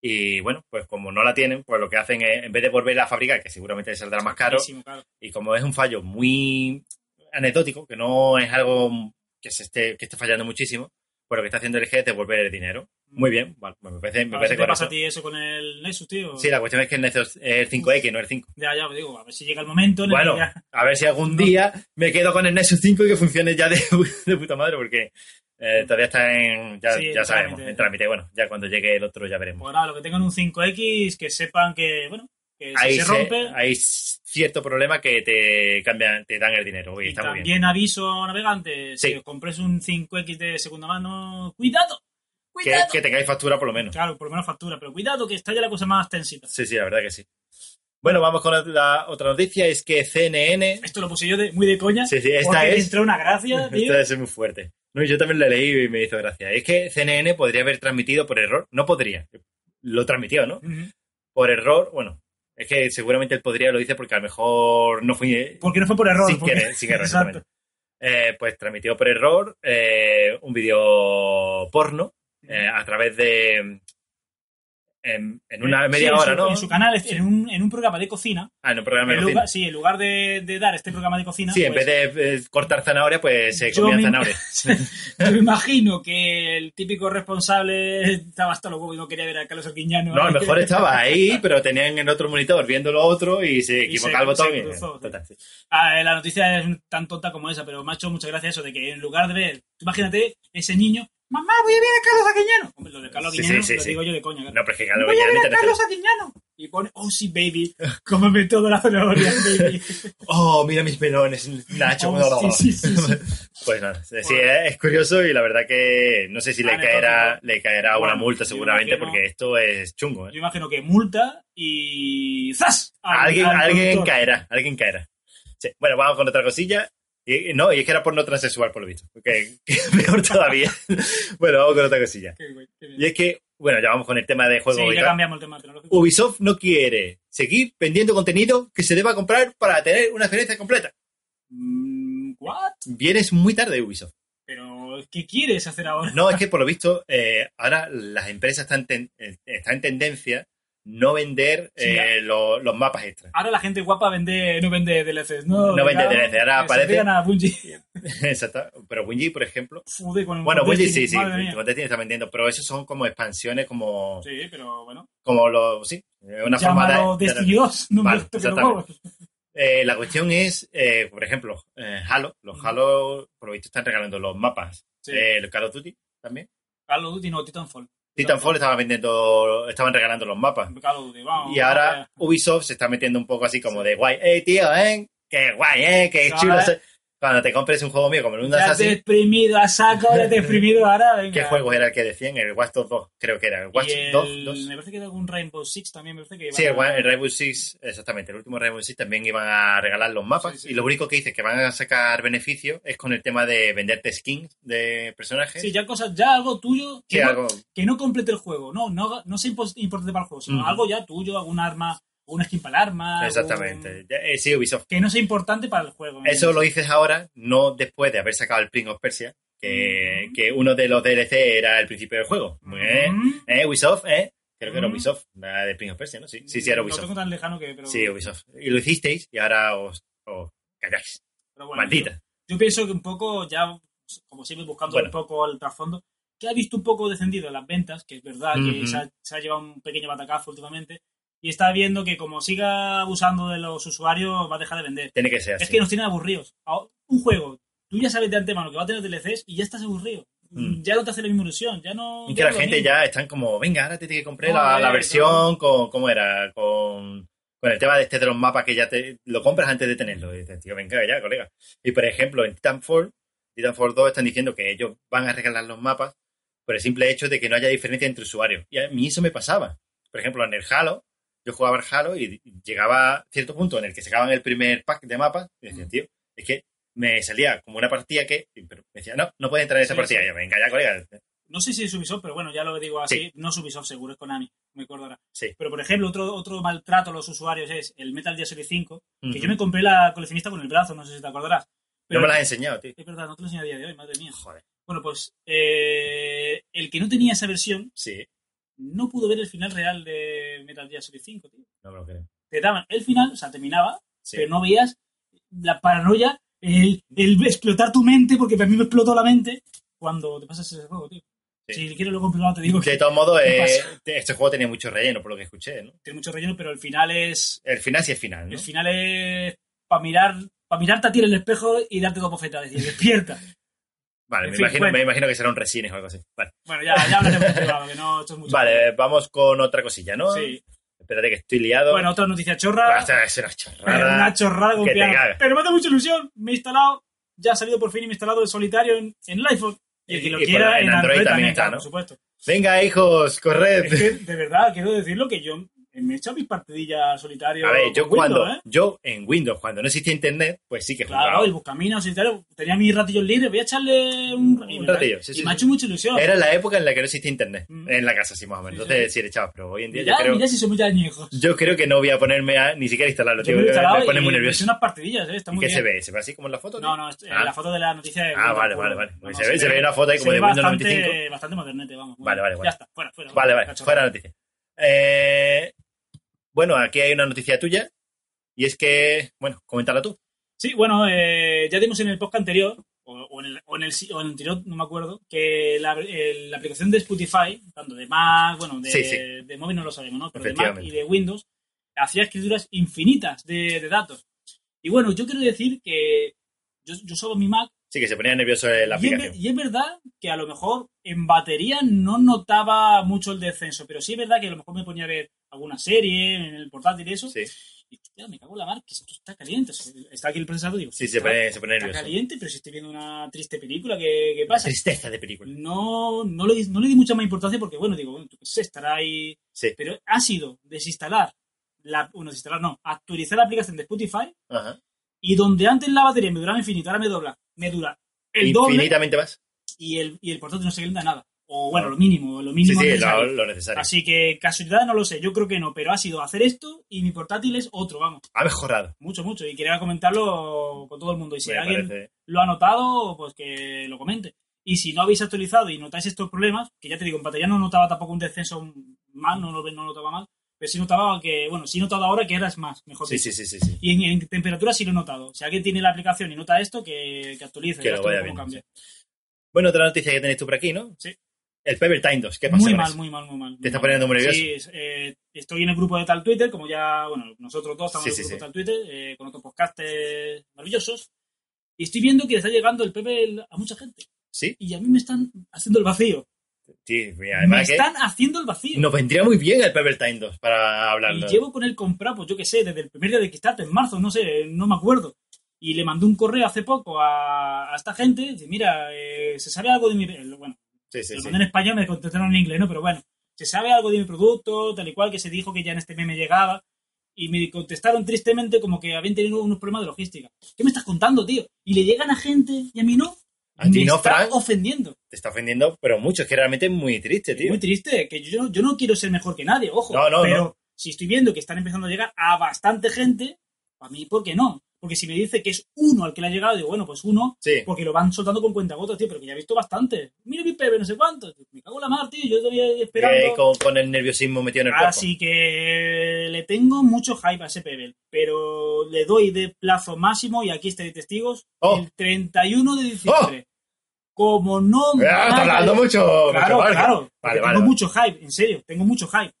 Y bueno, pues como no la tienen, pues lo que hacen es, en vez de volverla a fabricar, que seguramente saldrá más caro, carísimo, claro. y como es un fallo muy anecdótico, que no es algo que se esté, que esté fallando muchísimo, pues lo que está haciendo el G es devolver el dinero. Muy bien, vale, me parece, me A ver parece si te pasa a correcto. ti pues. eso con el Nexus, tío. Sí, la cuestión es que el Nexus es el 5X, no el 5. Ya, ya, digo, a ver si llega el momento. en el Bueno, que ya- a ver si algún No. día me quedo con el Nexus 5 y que funcione ya de, de puta madre, porque eh, todavía está en. Ya, Sí, ya en sabemos, trámite. en trámite. Bueno, ya cuando llegue el otro ya veremos. Pues nada, los que tengan un 5X, que sepan que, bueno, que Pues, si Ahí se se- rompe. hay cierto problema que te cambian, te dan el dinero. Oye, y está muy bien. también aviso, navegantes, Sí. si os compréis un 5X de segunda mano, cuidado, Que, cuidado. que tengáis factura por lo menos. Claro, por lo menos factura, pero cuidado que está ya la cosa más tensita. Sí, sí, la verdad que sí. Bueno, vamos con la, la otra noticia. Es que CNN. Esto lo puse yo de, muy de coña. Sí, sí, esta porque me es. entró una gracia, tío. Esta debe ser muy fuerte. No, yo también la leí y me hizo gracia. Es que CNN podría haber transmitido por error. No podría. Lo transmitió, ¿no? Ujú. por error, bueno, es que seguramente él podría lo dice porque a lo mejor no fue Porque no fue por error. sin porque- querer, sin error, Exacto. exactamente. Eh, pues transmitió por error eh, un vídeo porno eh, a través de en, en una Sí, media en hora, su- ¿no? En su canal, en un, en un programa de cocina. Ah, en un programa de en cocina. lugar- sí, en lugar de, de dar este programa de cocina. Sí, en pues, vez de eh, cortar zanahoria, pues se Yo comían me- zanahoria. Yo me imagino que el típico responsable estaba hasta los huevos y no quería ver a Carlos Arquiñano. No, a lo mejor estaba ahí, pero tenían en otro monitor viendo lo otro y se equivocaba el se botón. y- cruzó, sí. Total, sí. Ah, eh, la noticia es tan tonta como esa, pero me ha hecho mucha gracia eso de que en lugar de ver, tú imagínate ese niño, mamá, voy a ver a Carlos Aguiñano. Hombre, lo de Carlos Sí, Aguiñano sí, sí, lo sí. digo yo de coña. claro. No, pero es que claro, voy a venían ver a internacionales. Carlos Aguiñano. Y pone, oh sí, baby, cómeme toda la zanahoria, baby. Oh, mira mis melones, Nacho. Oh, sí, sí, sí, sí. Pues nada, sí, sí, Bueno. es curioso y la verdad que no sé si le Anecdótico. caerá, le caerá Bueno, una multa yo seguramente imagino- porque esto es chungo. ¿eh? Yo imagino que multa y ¡zas! Al- Alguien, al alguien conductor. caerá, alguien caerá. Sí, Bueno, vamos con otra cosilla. Y, y no, y es que era porno transexual por lo visto. Que, que peor todavía. bueno, vamos con otra cosilla. Qué guay, qué bien. Y es que, bueno, ya vamos con el tema de juego. Sí, y ya tal. cambiamos el tema tecnológico. Ubisoft no quiere seguir vendiendo contenido que se deba comprar para tener una experiencia completa. Mm, ¿What? Vienes muy tarde, Ubisoft. Pero, ¿qué quieres hacer ahora? No, es que por lo visto, eh, ahora las empresas están, ten- eh, está en tendencia no vender Sí, eh, ya. lo- los mapas extras. Ahora la gente guapa vende, no vende DLCs, ¿no? No vende Claro, DLCs, ahora que se aparece- vean a Bungie. Exacto. Pero Bungie, por ejemplo. Fude con Bueno, con Bungie sí, Destiny, sí, madre mía. con Destiny está vendiendo, pero esos son como expansiones, como, Sí, pero bueno. como los. Sí, eh, una Llámalo forma de. Destiny 2, no Vale, me toques los exactamente. huevos. Eh, la cuestión es, eh, por ejemplo, eh, Halo. Los Ujú. Halo, por lo visto, están regalando los mapas. Sí. Eh, el Call of Duty también. Call of Duty no, Titanfall. Titanfall estaba vendiendo, estaban regalando los mapas. Call of Duty, vamos. Y ahora vamos, Ubisoft se está metiendo un poco así como de guay, eh, tío, eh, qué guay, eh, qué Ahora- chulo. soy". Cuando te compres un juego mío como el Lund Ya te he Assassin, exprimido a saco, ya te he exprimido ahora, venga. ¿qué juego era el que decían? El Watch Dogs 2, creo que era. El Watch Y el- Dogs 2. Me parece que era algún Rainbow Six también, me parece que iba Sí, el, a- Wa- el Rainbow Six, exactamente, el último Rainbow Six también iban a regalar los mapas. Sí, sí. Y lo único que dice que van a sacar beneficio es con el tema de venderte skins de personajes. Sí, ya cosas, ya algo tuyo que, Sí, no, algo- que no complete el juego. No, no, no sea impos- importante para el juego, sino Ujú. algo ya tuyo, algún arma, un skin para el arma. Exactamente. algún- Ya- eh, sí, Ubisoft. Que no sea importante para el juego. ¿me Eso entiendes? lo dices ahora, no después de haber sacado el Prince of Persia, que, que uno de los DLC era el principio del juego. ¿Eh? Mm. ¿Eh? Ubisoft, ¿eh? Creo que era Mm. Ubisoft, nada de Prince of Persia, ¿no? Sí, sí, sí era Lo Ubisoft. tengo tan lejano que. Pero, Sí, Ubisoft. Y lo hicisteis y ahora os, os calláis. pero bueno, Maldita. Yo, yo pienso que un poco, ya, como siempre, buscando Bueno. un poco el trasfondo, que ha visto un poco descendido las ventas, que es verdad que Ujú. se ha, se ha llevado un pequeño batacazo últimamente, y está viendo que como siga abusando de los usuarios va a dejar de vender. Tiene que ser Es así. que nos tienen aburridos. A- Un juego, tú ya sabes de antemano que va a tener DLCs y ya estás aburrido. Mm. Ya no te hace la misma ilusión, ya no... Y que ya la es lo gente mismo. ya están como, venga, ahora te tiene que comprar Joder, la, la no. versión con, ¿cómo era? Con, con el tema de este de los mapas que ya te lo compras antes de tenerlo. Y dices, tío, venga ya, colega. Y por ejemplo, en Titanfall, Titanfall 2 están diciendo que ellos van a regalar los mapas por el simple hecho de que no haya diferencia entre usuarios. Y a mí eso me pasaba. Por ejemplo, en el Halo, yo jugaba al Halo y llegaba a cierto punto en el que sacaban el primer pack de mapas y decía, tío, es que me salía como una partida que... Pero me decía, no, no puedes entrar en esa Sí, partida. sí. Y yo, venga ya, colega, No sé si es Ubisoft, pero bueno, ya lo digo así. No es Ubisoft seguro, es Konami, me acuerdo ahora. Sí. Pero por ejemplo, otro, otro maltrato a los usuarios es el Metal Gear Solid 5, que Ujú. yo me compré la coleccionista con el brazo, no sé si te acordarás. no me las has enseñado, tío. Es verdad, no te lo enseño a día de hoy, madre mía. Joder. Bueno, pues eh, el que no tenía esa versión Sí, no pudo ver el final real de Metal Gear Solid 5, tío. no me lo creo. Te daban el final, o sea, terminaba, Sí. pero no veías la paranoia, el, el explotar tu mente, porque a mí me explotó la mente cuando te pasas ese juego, tío. Sí. Si quieres luego en privado te digo que De todos modos, ¿Qué eh, pasa? te- este juego tenía mucho relleno, por lo que escuché, ¿no? tiene mucho relleno, pero el final es. El final sí es final, ¿no? El final es para mirar. Para mirarte a ti en el espejo y darte dos bofetadas. Y decir, despierta. Vale, en me, fin, imagino, bueno. me imagino que será un resines o algo así. Vale, Bueno, ya, ya hablaremos en privado, que no, esto es mucho. Vale, vamos con otra cosilla, ¿no? Sí. Espérate que estoy liado. Bueno, otra noticia chorra. Hasta es una Pero chorrada. una chorrada con que te piano. cagas. Pero me hace mucha ilusión. Me he instalado, ya ha salido por fin y me he instalado el solitario en, en el iPhone. Y el que lo Y por- quiera en en Android, también está, ¿no? por supuesto. Venga, hijos, Es corred. que, de verdad, quiero decirlo que yo me he hecho mis partidillas al solitario. A ver, yo con Windows, cuando, ¿eh? yo en Windows, cuando no existía internet, pues sí que jugaba. Claro, y buscaminos y tal. Tenía mis ratillos libres, voy a echarle un, y Un me- ratillo, sí, y sí, me ha sí. hecho mucha ilusión. Era la época en la que no existía internet. Mm. En la casa, sí, más o menos. Sí, Entonces, sí, le echabas, pero hoy en día Mirá, yo creo. mirá si son muy añejos. Yo creo que no voy a ponerme a ni siquiera a instalarlo, tío. Yo me lo he instalado me pone y muy me nervioso. hice unas partidillas, ¿eh? Está ¿Y muy qué bien. se ve? ¿Se ve así como en la foto? No, tío? no, es- eh, Ah. la foto de la noticia de Ah, Windows, vale, bueno. vale, vale. No, no, se, ve, se ve una foto ahí como se de ve Windows bastante, 95. bastante modernete, vamos. Muy Vale, bien. vale, Ya vale. está, fuera, fuera. Vale, la vale, chorra. fuera noticia. Eh, bueno, aquí hay una noticia tuya. Y es que, bueno, coméntala tú. Sí, bueno, eh, ya dimos en el podcast anterior, o, o en el, o en el si- o en el anterior, no me acuerdo, que la, el- la aplicación de Spotify, tanto de Mac, bueno, de, Sí, sí. de móvil no lo sabemos, ¿no? Pero de Mac y Efectivamente. de Windows, hacía escrituras infinitas de, de datos. Y bueno, yo quiero decir que yo, yo solo mi Mac Sí, que se ponía nervioso en la y, es, aplicación. ver- y es verdad que a lo mejor en batería no notaba mucho el descenso, pero sí es verdad que a lo mejor me ponía a ver alguna serie en el portátil y eso. Sí, Y hostia, me cago en la mar, que esto está caliente. Está aquí el procesador, digo. sí, se está- pone, se pone Está nervioso. caliente, pero si estoy viendo una triste película, ¿qué, qué pasa? Tristeza de película. No, no, le, di- no le di mucha más importancia porque, bueno, digo, bueno, yo qué sé, estará ahí. Sí. Pero ha sido desinstalar, la, bueno, desinstalar no, actualizar la aplicación de Spotify Ajá. y donde antes la batería me duraba infinito, ahora me dobla, me dura el doble Infinitamente más. y el, y el portátil no se calienta nada. O bueno, lo mínimo, lo mínimo. sí, sí, lo, necesario. lo necesario. Así que casualidad no lo sé, yo creo que no, pero ha sido hacer esto y mi portátil es otro, vamos, Ha mejorado. mucho, mucho. Y quería comentarlo con todo el mundo. Y si me alguien parece. lo ha notado, pues que lo comente. Y si no habéis actualizado y notáis estos problemas, que ya te digo, en pantalla no notaba tampoco un descenso mal, no lo no notaba mal, pero sí notaba que, bueno, sí he notado ahora que eras más, mejor Sí, dicho. sí, sí, sí, sí. Y en, en temperatura sí lo he notado. Si alguien tiene la aplicación y nota esto, que, que actualice. Que ya lo esto vaya cómo viendo, cambia. Bueno, otra noticia que tenéis tú por aquí, ¿no? Sí. El Paper Time 2. ¿Qué pasa Muy con mal, eso? muy mal, muy mal. muy ¿Te estás mal. poniendo muy nervioso? Sí, es- eh, estoy en el grupo de tal Twitter, como ya, bueno, nosotros dos estamos Sí, en el sí, grupo sí. de tal Twitter, eh, con otros podcastes maravillosos. Y estoy viendo que le está llegando el PP a mucha gente. Sí, Y a mí me están haciendo el vacío. sí. mira, me Además que están haciendo el vacío. nos vendría muy bien el Paper Time 2 para y hablarlo. llevo con él comprado, pues yo qué sé, desde el primer día de Kickstarter, en marzo, no sé, no me acuerdo. Y le mandé un correo hace poco a, a esta gente, dice, mira, eh, ¿se sabe algo de mi...? eh, Bueno, Sí, sí, lo sí. mandé en español, me contestaron en inglés, ¿no? Pero bueno, ¿se sabe algo de mi producto? Tal y cual, que se dijo que ya en este mes me llegaba. Y me contestaron tristemente como que habían tenido unos problemas de logística. ¿Qué me estás contando, tío? Y le llegan a gente y a mí no. A ti me no, está Frank. ofendiendo. Te está ofendiendo, pero mucho. Es que realmente es muy triste, Es tío. muy triste, que yo, yo no quiero ser mejor que nadie, ojo. No, no, pero no. si estoy viendo que están empezando a llegar a bastante gente, a mí, ¿por qué no? Porque si me dice que es uno al que le ha llegado, digo, bueno, pues uno, Sí. porque lo van soltando con cuentagotas, tío, pero que ya he visto bastante. Mira mi pepe, no sé cuánto. Me cago en la mar, tío, yo todavía Eh, esperando. Ah, con, con el nerviosismo metido en el cuerpo. Así que le tengo mucho hype a ese Pebble, pero le doy de plazo máximo, y aquí estáis testigos, Oh. el 31 de diciembre. Como no... Ah, está me haga- hablando mucho. Claro, mucho Vargas. claro. porque Vale, tengo vale. mucho hype, en serio, tengo mucho hype.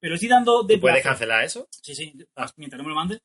Pero estoy dando de ¿Tú ¿Puedes plazo. cancelar eso? Sí, sí, mientras no me lo mandes.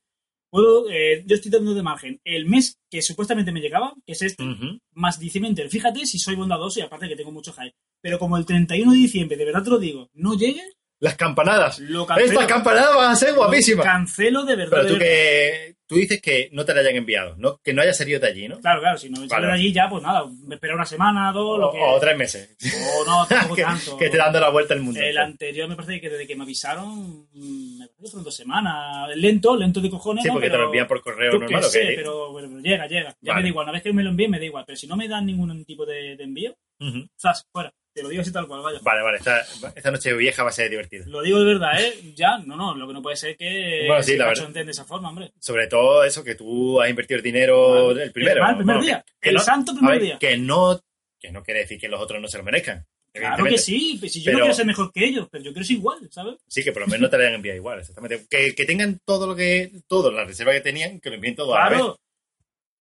Puedo, eh, yo estoy dando de margen el mes que supuestamente me llegaba, que es este, Ujú. más diciembre. Fíjate si soy bondadoso y aparte que tengo mucho hype. Pero como el 31 de diciembre, de verdad te lo digo, no llegue, Las campanadas. lo cancelo. Estas campanadas van a ser Lo guapísimas. cancelo de verdad. Pero de tú verdad. que tú dices que no te la hayan enviado, no, que no haya salido de allí, ¿no? Claro, claro, si no me sale Vale. de allí ya, pues nada, me espera una semana, O, dos, lo que... o tres meses. O no, tampoco que, tanto. que esté dando la vuelta al mundo. El anterior me parece que desde que me avisaron, mm, me parece que fueron dos semanas. Lento, lento de cojones. sí, ¿no? porque te Pero- lo envían por correo Yo normal. qué ¿o qué? sé, pero, bueno, pero llega, llega. Ya Vale. me da igual, una vez que me lo envíen me da igual, pero si no me dan ningún tipo de, de envío, Ujú. zas, fuera. Te lo digo así tal cual, vaya. Vale, vale, esta, esta noche vieja va a ser divertida. Lo digo de verdad, ¿eh? Ya, no, no, lo que no puede ser es que Bueno, sí, se la verdad. cachonteen de esa forma, hombre. Sobre todo eso que tú has invertido el dinero Vale. el primero. Además, Ah, el primer Bueno, día, que el no- santo a primer ver, día. Que no, que no quiere decir que los otros no se lo merezcan. Claro evidentemente. que sí, pues si yo no Pero- quiero ser mejor que ellos, pero yo quiero ser igual, ¿sabes? Sí, que por lo menos no te la hayan enviado igual, exactamente. Que, que tengan todo lo que, todo, la reserva que tenían, que lo envíen todo a la vez. Claro.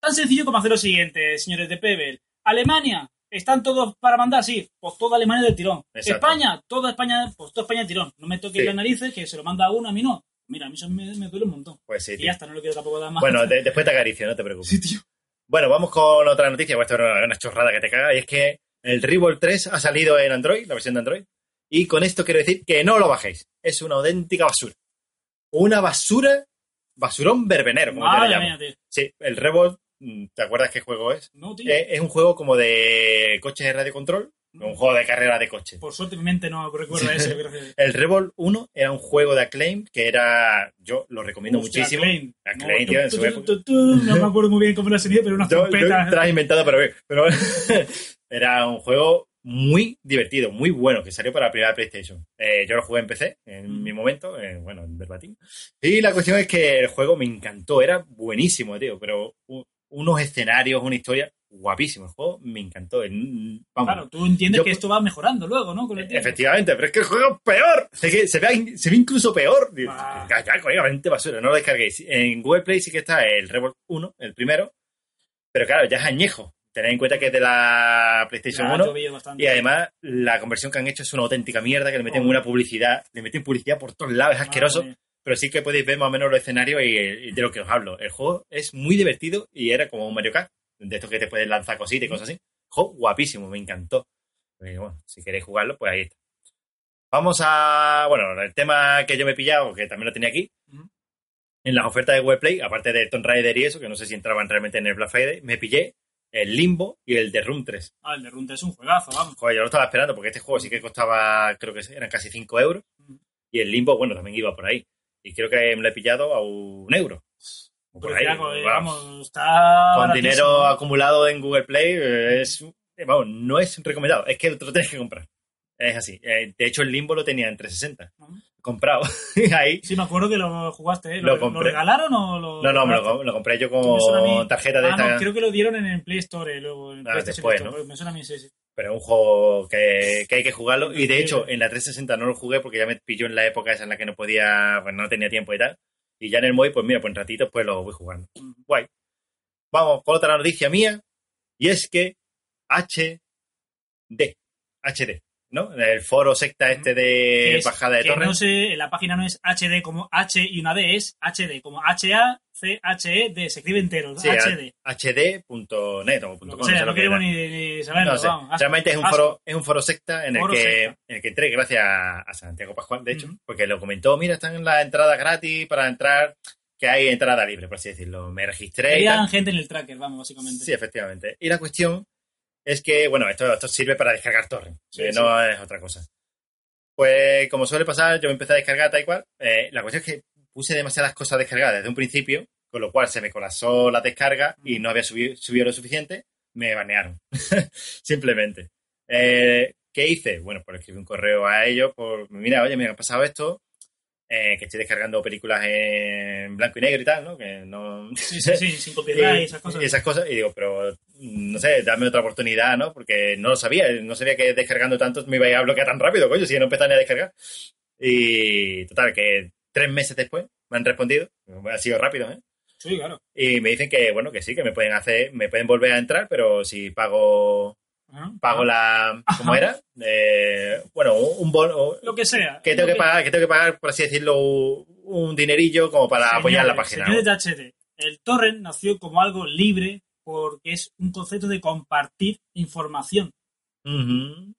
Tan sencillo como hacer lo siguiente, señores de Pebble. Alemania, ¿están todos para mandar? Sí, pues toda Alemania del tirón. Exacto. España, toda España, pues toda España del tirón. No me toques Sí. las narices, que se lo manda a uno, a mí no. Mira, a mí eso me, me duele un montón. Pues sí, Y tío. ya está, no lo quiero tampoco dar más. Bueno, de- después te acaricio, no te preocupes. sí, tío. Bueno, vamos con otra noticia. Bueno, Esto es una, una chorrada que te caga. Y es que el Revolve 3 ha salido en Android, la versión de Android. Y con esto quiero decir que no lo bajéis. Es una auténtica basura. Una basura, basurón verbenero, como yo le Madre llamo. mía, tío. Sí, el Revolve, mm, ¿te acuerdas qué juego es? No, tío. Eh, Es un juego como de coches de radio control, Mm. un juego de carrera de coches. Por suerte mi mente no recuerda eso. yo creo que- El Revolve 1 era un juego de Acclaim que era, yo lo recomiendo Hostia, muchísimo. Klein. Acclaim, No, tío, tu, en su tu, tu, época. tu, tu, no me acuerdo muy bien cómo era el sonido, pero una Yo, yo te trompeta. las he inventado, pero, bien, pero era un juego muy divertido, muy bueno, que salió para la primera PlayStation. Eh, yo lo jugué en PC en Mm. mi momento, eh, bueno, en verbatim. Y la cuestión es que el juego me encantó, era buenísimo, tío, pero u- unos escenarios, una historia guapísimo. El juego me encantó. el- vamos, Claro, tú entiendes Yo- Eh, que esto va mejorando luego, ¿no? Con el tiempo. E-, Efectivamente, pero es que el juego es peor. Es que se, ve, in- se ve incluso peor. Digo, Ah. Ya, ya, coño, vente basura, no lo descarguéis. En Google Play sí que está el Revolt 1, el primero. Pero claro, ya es añejo. Tened en cuenta que es de la PlayStation Ya, 1. Ah, yo veía bastante. Y además, la conversión que han hecho es una auténtica mierda, que le meten Hombre. una publicidad, le meten publicidad por todos lados, es Madre asqueroso. mía. Pero sí que podéis ver más o menos los escenarios y, y de lo que os hablo. El juego es muy divertido y era como un Mario Kart, de estos que te puedes lanzar cositas y cosas así. Juego guapísimo, me encantó. Y bueno, si queréis jugarlo, pues ahí está. Vamos a. Bueno, el tema que yo me he pillado, que también lo tenía aquí. Ujú. En las ofertas de Webplay, aparte de Tomb Raider y eso, que no sé si entraban realmente en el Black Friday, me pillé el Limbo y el de Room 3. Ah, el de Runta es un juegazo, vamos. Joder, yo lo estaba esperando porque este juego sí que costaba, creo que eran casi 5 euros. Y el Limbo, bueno, también iba por ahí. Y creo que me lo he pillado a un euro. O por Pero ahí. flaco, eh, vamos. vamos, está Con baratísimo. dinero acumulado en Google Play, eh, es, eh, vamos, no es recomendado. Es que te lo tienes que comprar. Es así. Eh, De hecho, el Limbo lo tenía en 360. Ah. Comprado. ahí. Sí, me acuerdo que lo jugaste, ¿eh? Lo ¿Lo, lo compré. regalaron o lo.? No, no, me lo, compraste? com- lo compré yo Me suena a mí. con tarjeta de Ah, esta. no, creo que lo dieron en el Play Store, eh, luego. En el Ah, PlayStation después, Store. Me suena a mí, sí, sí. Pero es un juego que, que hay que jugarlo. Y de hecho, Sí. en la 360 no lo jugué porque ya me pilló en la época esa en la que no podía, pues no tenía tiempo y tal. Y ya en el móvil, pues mira, pues en ratitos pues lo voy jugando. Ujú. Guay. Vamos con otra noticia mía. Y es que HD, HD, ¿no? El foro secta este de Es bajada de que no torres. sé, la página no es HD como H y una D, es HD como H-A-C-H-E-D, E se escribe entero, Sí, HD. HD.net o punto Lo com, que no sea, sé no lo que quiero era. ni, ni saberlo, No sé. vamos. haz- Realmente es un asco. foro, es un foro secta en el Foro que secta. en el que entré gracias a, a Santiago Pascual, de hecho, Ujú. porque lo comentó, mira, están en las entradas gratis para entrar, que hay entrada libre, por así decirlo. Me registré y Querían tal. gente en el tracker, vamos, básicamente. Sí, efectivamente. Y la cuestión es que, bueno, esto, esto sirve para descargar torres, Sí, que sí. no es otra cosa. Pues como suele pasar, yo me empecé a descargar tal y cual. Eh, la cuestión es que puse demasiadas cosas descargadas desde un principio, con lo cual se me colapsó la descarga y no había subido, subido lo suficiente, me banearon. Simplemente. Eh, ¿Qué hice? Bueno, pues escribí un correo a ellos, por mira, oye, me ha pasado esto, eh, que estoy descargando películas en blanco y negro y tal, ¿no? Que no... sí, sí, sí, sin Y- copyright y esas cosas. y Eh, esas cosas. Y digo, pero mm, no sé, dame otra oportunidad, ¿no? Porque no lo sabía, no sabía que descargando tanto me iba a bloquear tan rápido, coño, si no empezaba ni a descargar. Y total, que tres meses después me han respondido, ha sido rápido, ¿eh? Sí, claro. Y me dicen que, bueno, que sí, que me pueden hacer, me pueden volver a entrar, pero si pago Ajá. pago la. ¿Cómo era? Eh, bueno, un bono. Lo que sea. Que tengo Lo que pagar, que tengo que pagar, por así decirlo, un dinerillo como para apoyar la Señores, página. señores de THT, el torrent nació como algo libre porque es un concepto de compartir información. Ujú.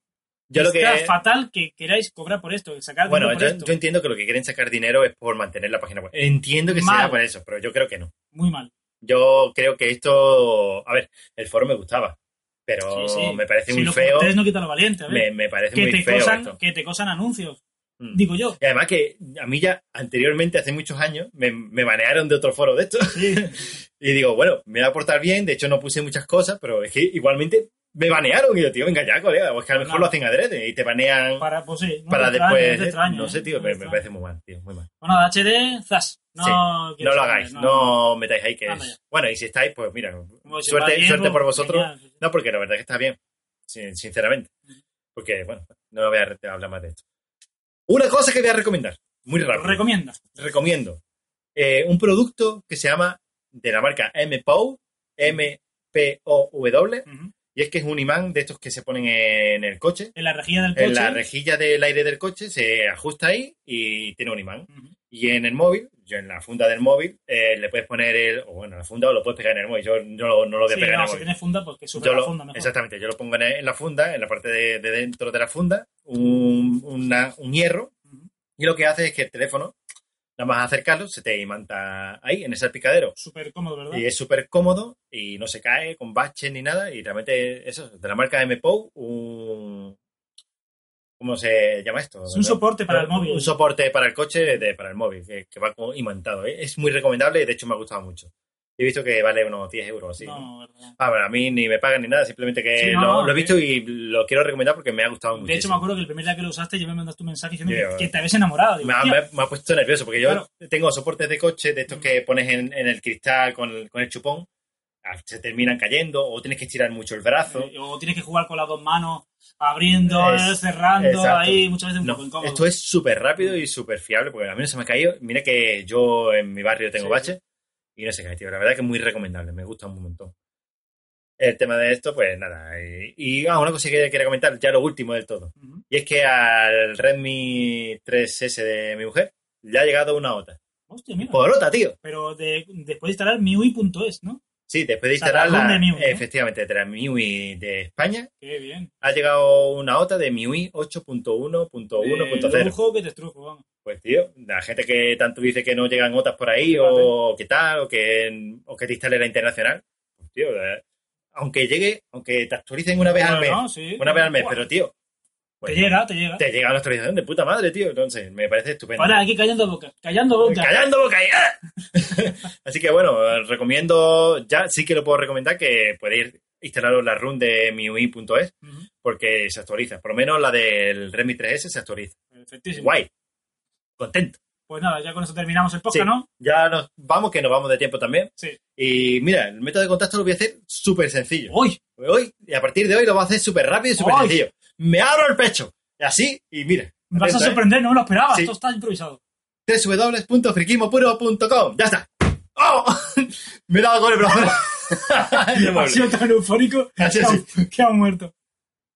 Yo lo que. Está fatal que queráis cobrar por esto, sacar dinero Bueno, por yo, esto. yo entiendo que lo que quieren sacar dinero es por mantener la página web. Entiendo que Mal. será por eso, pero yo creo que no. Muy mal. Yo creo que esto. A ver, el foro me gustaba, pero Sí, sí. me parece Si muy los feo. cortés no quitan lo valiente, a ver. Me, me parece que, muy te feo cosan, esto. que te cosan anuncios, Mm. digo yo. Y además que a mí ya anteriormente, hace muchos años, me, me banearon de otro foro de esto. y digo, bueno, me va a portar bien, de hecho no puse muchas cosas, pero es que igualmente me banearon. Y yo, tío, venga ya, colega, o es que a lo Pues mejor nada. lo hacen adrede y te banean para, Para, pues sí, no te extraña, después. te extraña, no ¿eh? sé, tío, me, No te me extraña. parece muy mal, tío, muy mal. Bueno, HD, zas. No, Sí, quiero No lo saber, hagáis, no, metáis ahí que Anda es. ya. Bueno, y si estáis, pues mira, Como si va suerte, bien, suerte pues, por vosotros. genial. No, porque la verdad es que está bien, sin- sinceramente. Porque, bueno, no voy a re- hablar más de esto. Una cosa que voy a recomendar, muy rápido. Recomienda. recomiendo eh, un producto que se llama de la marca MPOW, M-P-O-W, Ujú. y es que es un imán de estos que se ponen en el coche. En la rejilla del coche. En la rejilla del aire del coche se ajusta ahí y tiene un imán. Ujú. Y en el móvil, yo en la funda del móvil, eh, le puedes poner el. O bueno, la funda o lo puedes pegar en el móvil. Yo no, lo- no lo voy a Sí, pegar no, en el si móvil. tienes funda, pues que Yo sube la lo- funda mejor. Exactamente, yo lo pongo en, en la funda, en la parte de, de dentro de la funda, un, una- un hierro, Ujú. y lo que hace es que el teléfono, nada más acercarlo, se te imanta ahí, en ese picadero. Súper cómodo, ¿verdad? Y es súper cómodo y no se cae con baches ni nada, y realmente eso, de la marca MPOW, un... ¿Cómo se llama esto? es un soporte para el móvil. Un soporte para el coche, de- para el móvil, que, que va como imantado. ¿eh? Es muy recomendable y de hecho me ha gustado mucho. He visto que vale unos 10 euros así. ¿no? No, ¿verdad? Ah, bueno, a mí ni me pagan ni nada, simplemente que Sí, no, lo, no, lo he que- visto y lo quiero recomendar porque me ha gustado De hecho, me muchísimo. acuerdo que el primer día que lo usaste, yo me mandaste un mensaje diciendo Yo- que- que te habías enamorado. Digo, me, ha, "Tío, me ha- me ha puesto nervioso porque yo Claro. tengo soportes de coche, de estos que pones en, en el cristal con el, con el chupón, ah, se terminan cayendo o tienes que estirar mucho el brazo. eh, o tienes que jugar con las dos manos, abriendo, Es- eh, cerrando, exacto. ahí, muchas veces un No, poco incómodo. esto es súper rápido y súper fiable porque a mí no se me ha caído. Mira que yo en mi barrio tengo Sí, baches y no se cae, tío. La verdad que es muy recomendable, me gusta un montón. El tema de esto, pues nada. Y, y, ah, una cosa que quería comentar, ya lo último del todo. Ujú. Y es que al Redmi 3S de mi mujer le ha llegado una OTA. Hostia, mira. Por OTA, tío. Pero de- después de instalar miui.es, ¿no? Sí, después de O sea, la instalar ROM la, de MIUI, ¿no? efectivamente de la MIUI de España, Qué bien. ha llegado una OTA de MIUI Eh, 8.1.1.0. lujo que te estrujo, vamos. Pues tío, la gente que tanto dice que no llegan OTAs por ahí Fíjate. o que tal, o que, o que te instale la internacional, pues tío, eh, aunque llegue, aunque te actualicen una vez al mes, Bueno, sí. una vez al mes, Buah, pero tío, pues, te llega, te llega. te llega una actualización de puta madre, tío. Entonces, me parece estupendo. Para, aquí callando boca, callando boca. Callando boca ahí, ¡ah! Así que bueno, eh, recomiendo, ya sí que lo puedo recomendar que podéis instalaros la run de miui.es Ujú, porque se actualiza. Por lo menos la del Redmi 3S se actualiza. Perfectísimo. Guay. Contento. Pues nada, ya con eso terminamos el podcast, Sí. ¿no? Ya nos vamos, que nos vamos de tiempo también. Sí. Y mira, el método de contacto lo voy a hacer súper sencillo. Pues Hoy, Hoy, y a partir de hoy lo voy a hacer súper rápido y súper Hoy. sencillo. Me abro el pecho. Así, y mira. me vas a atento, ¿eh? sorprender, no me lo esperaba, Sí. esto está improvisado. www.friquismopuro.com. Ya está. ¡Oh! Me he dado con el brazo. En el Ha mueble. sido tan eufórico Ha sido que, ha, que ha muerto.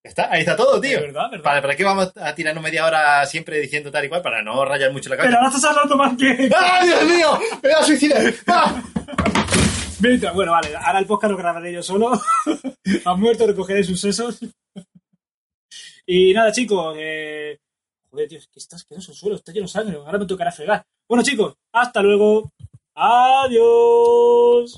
Ya está, ahí está todo, De tío. verdad, verdad. ¿Para, ¿Para qué vamos a tirarnos media hora siempre diciendo tal y cual? Para no rayar mucho la Pero cabeza. ahora estás hablando más que... ¡Ah, Dios mío! ¡Me voy a suicidar! ¡Ah! Mientras- Bueno, vale, ahora el podcast lo grabaré yo solo. ha muerto, recogeré sus sesos. y nada, chicos. Eh... Joder, tío, es que estás quedando el suelo, está lleno de sangre. Ahora me tocará fregar. Bueno, chicos, hasta luego. Adiós.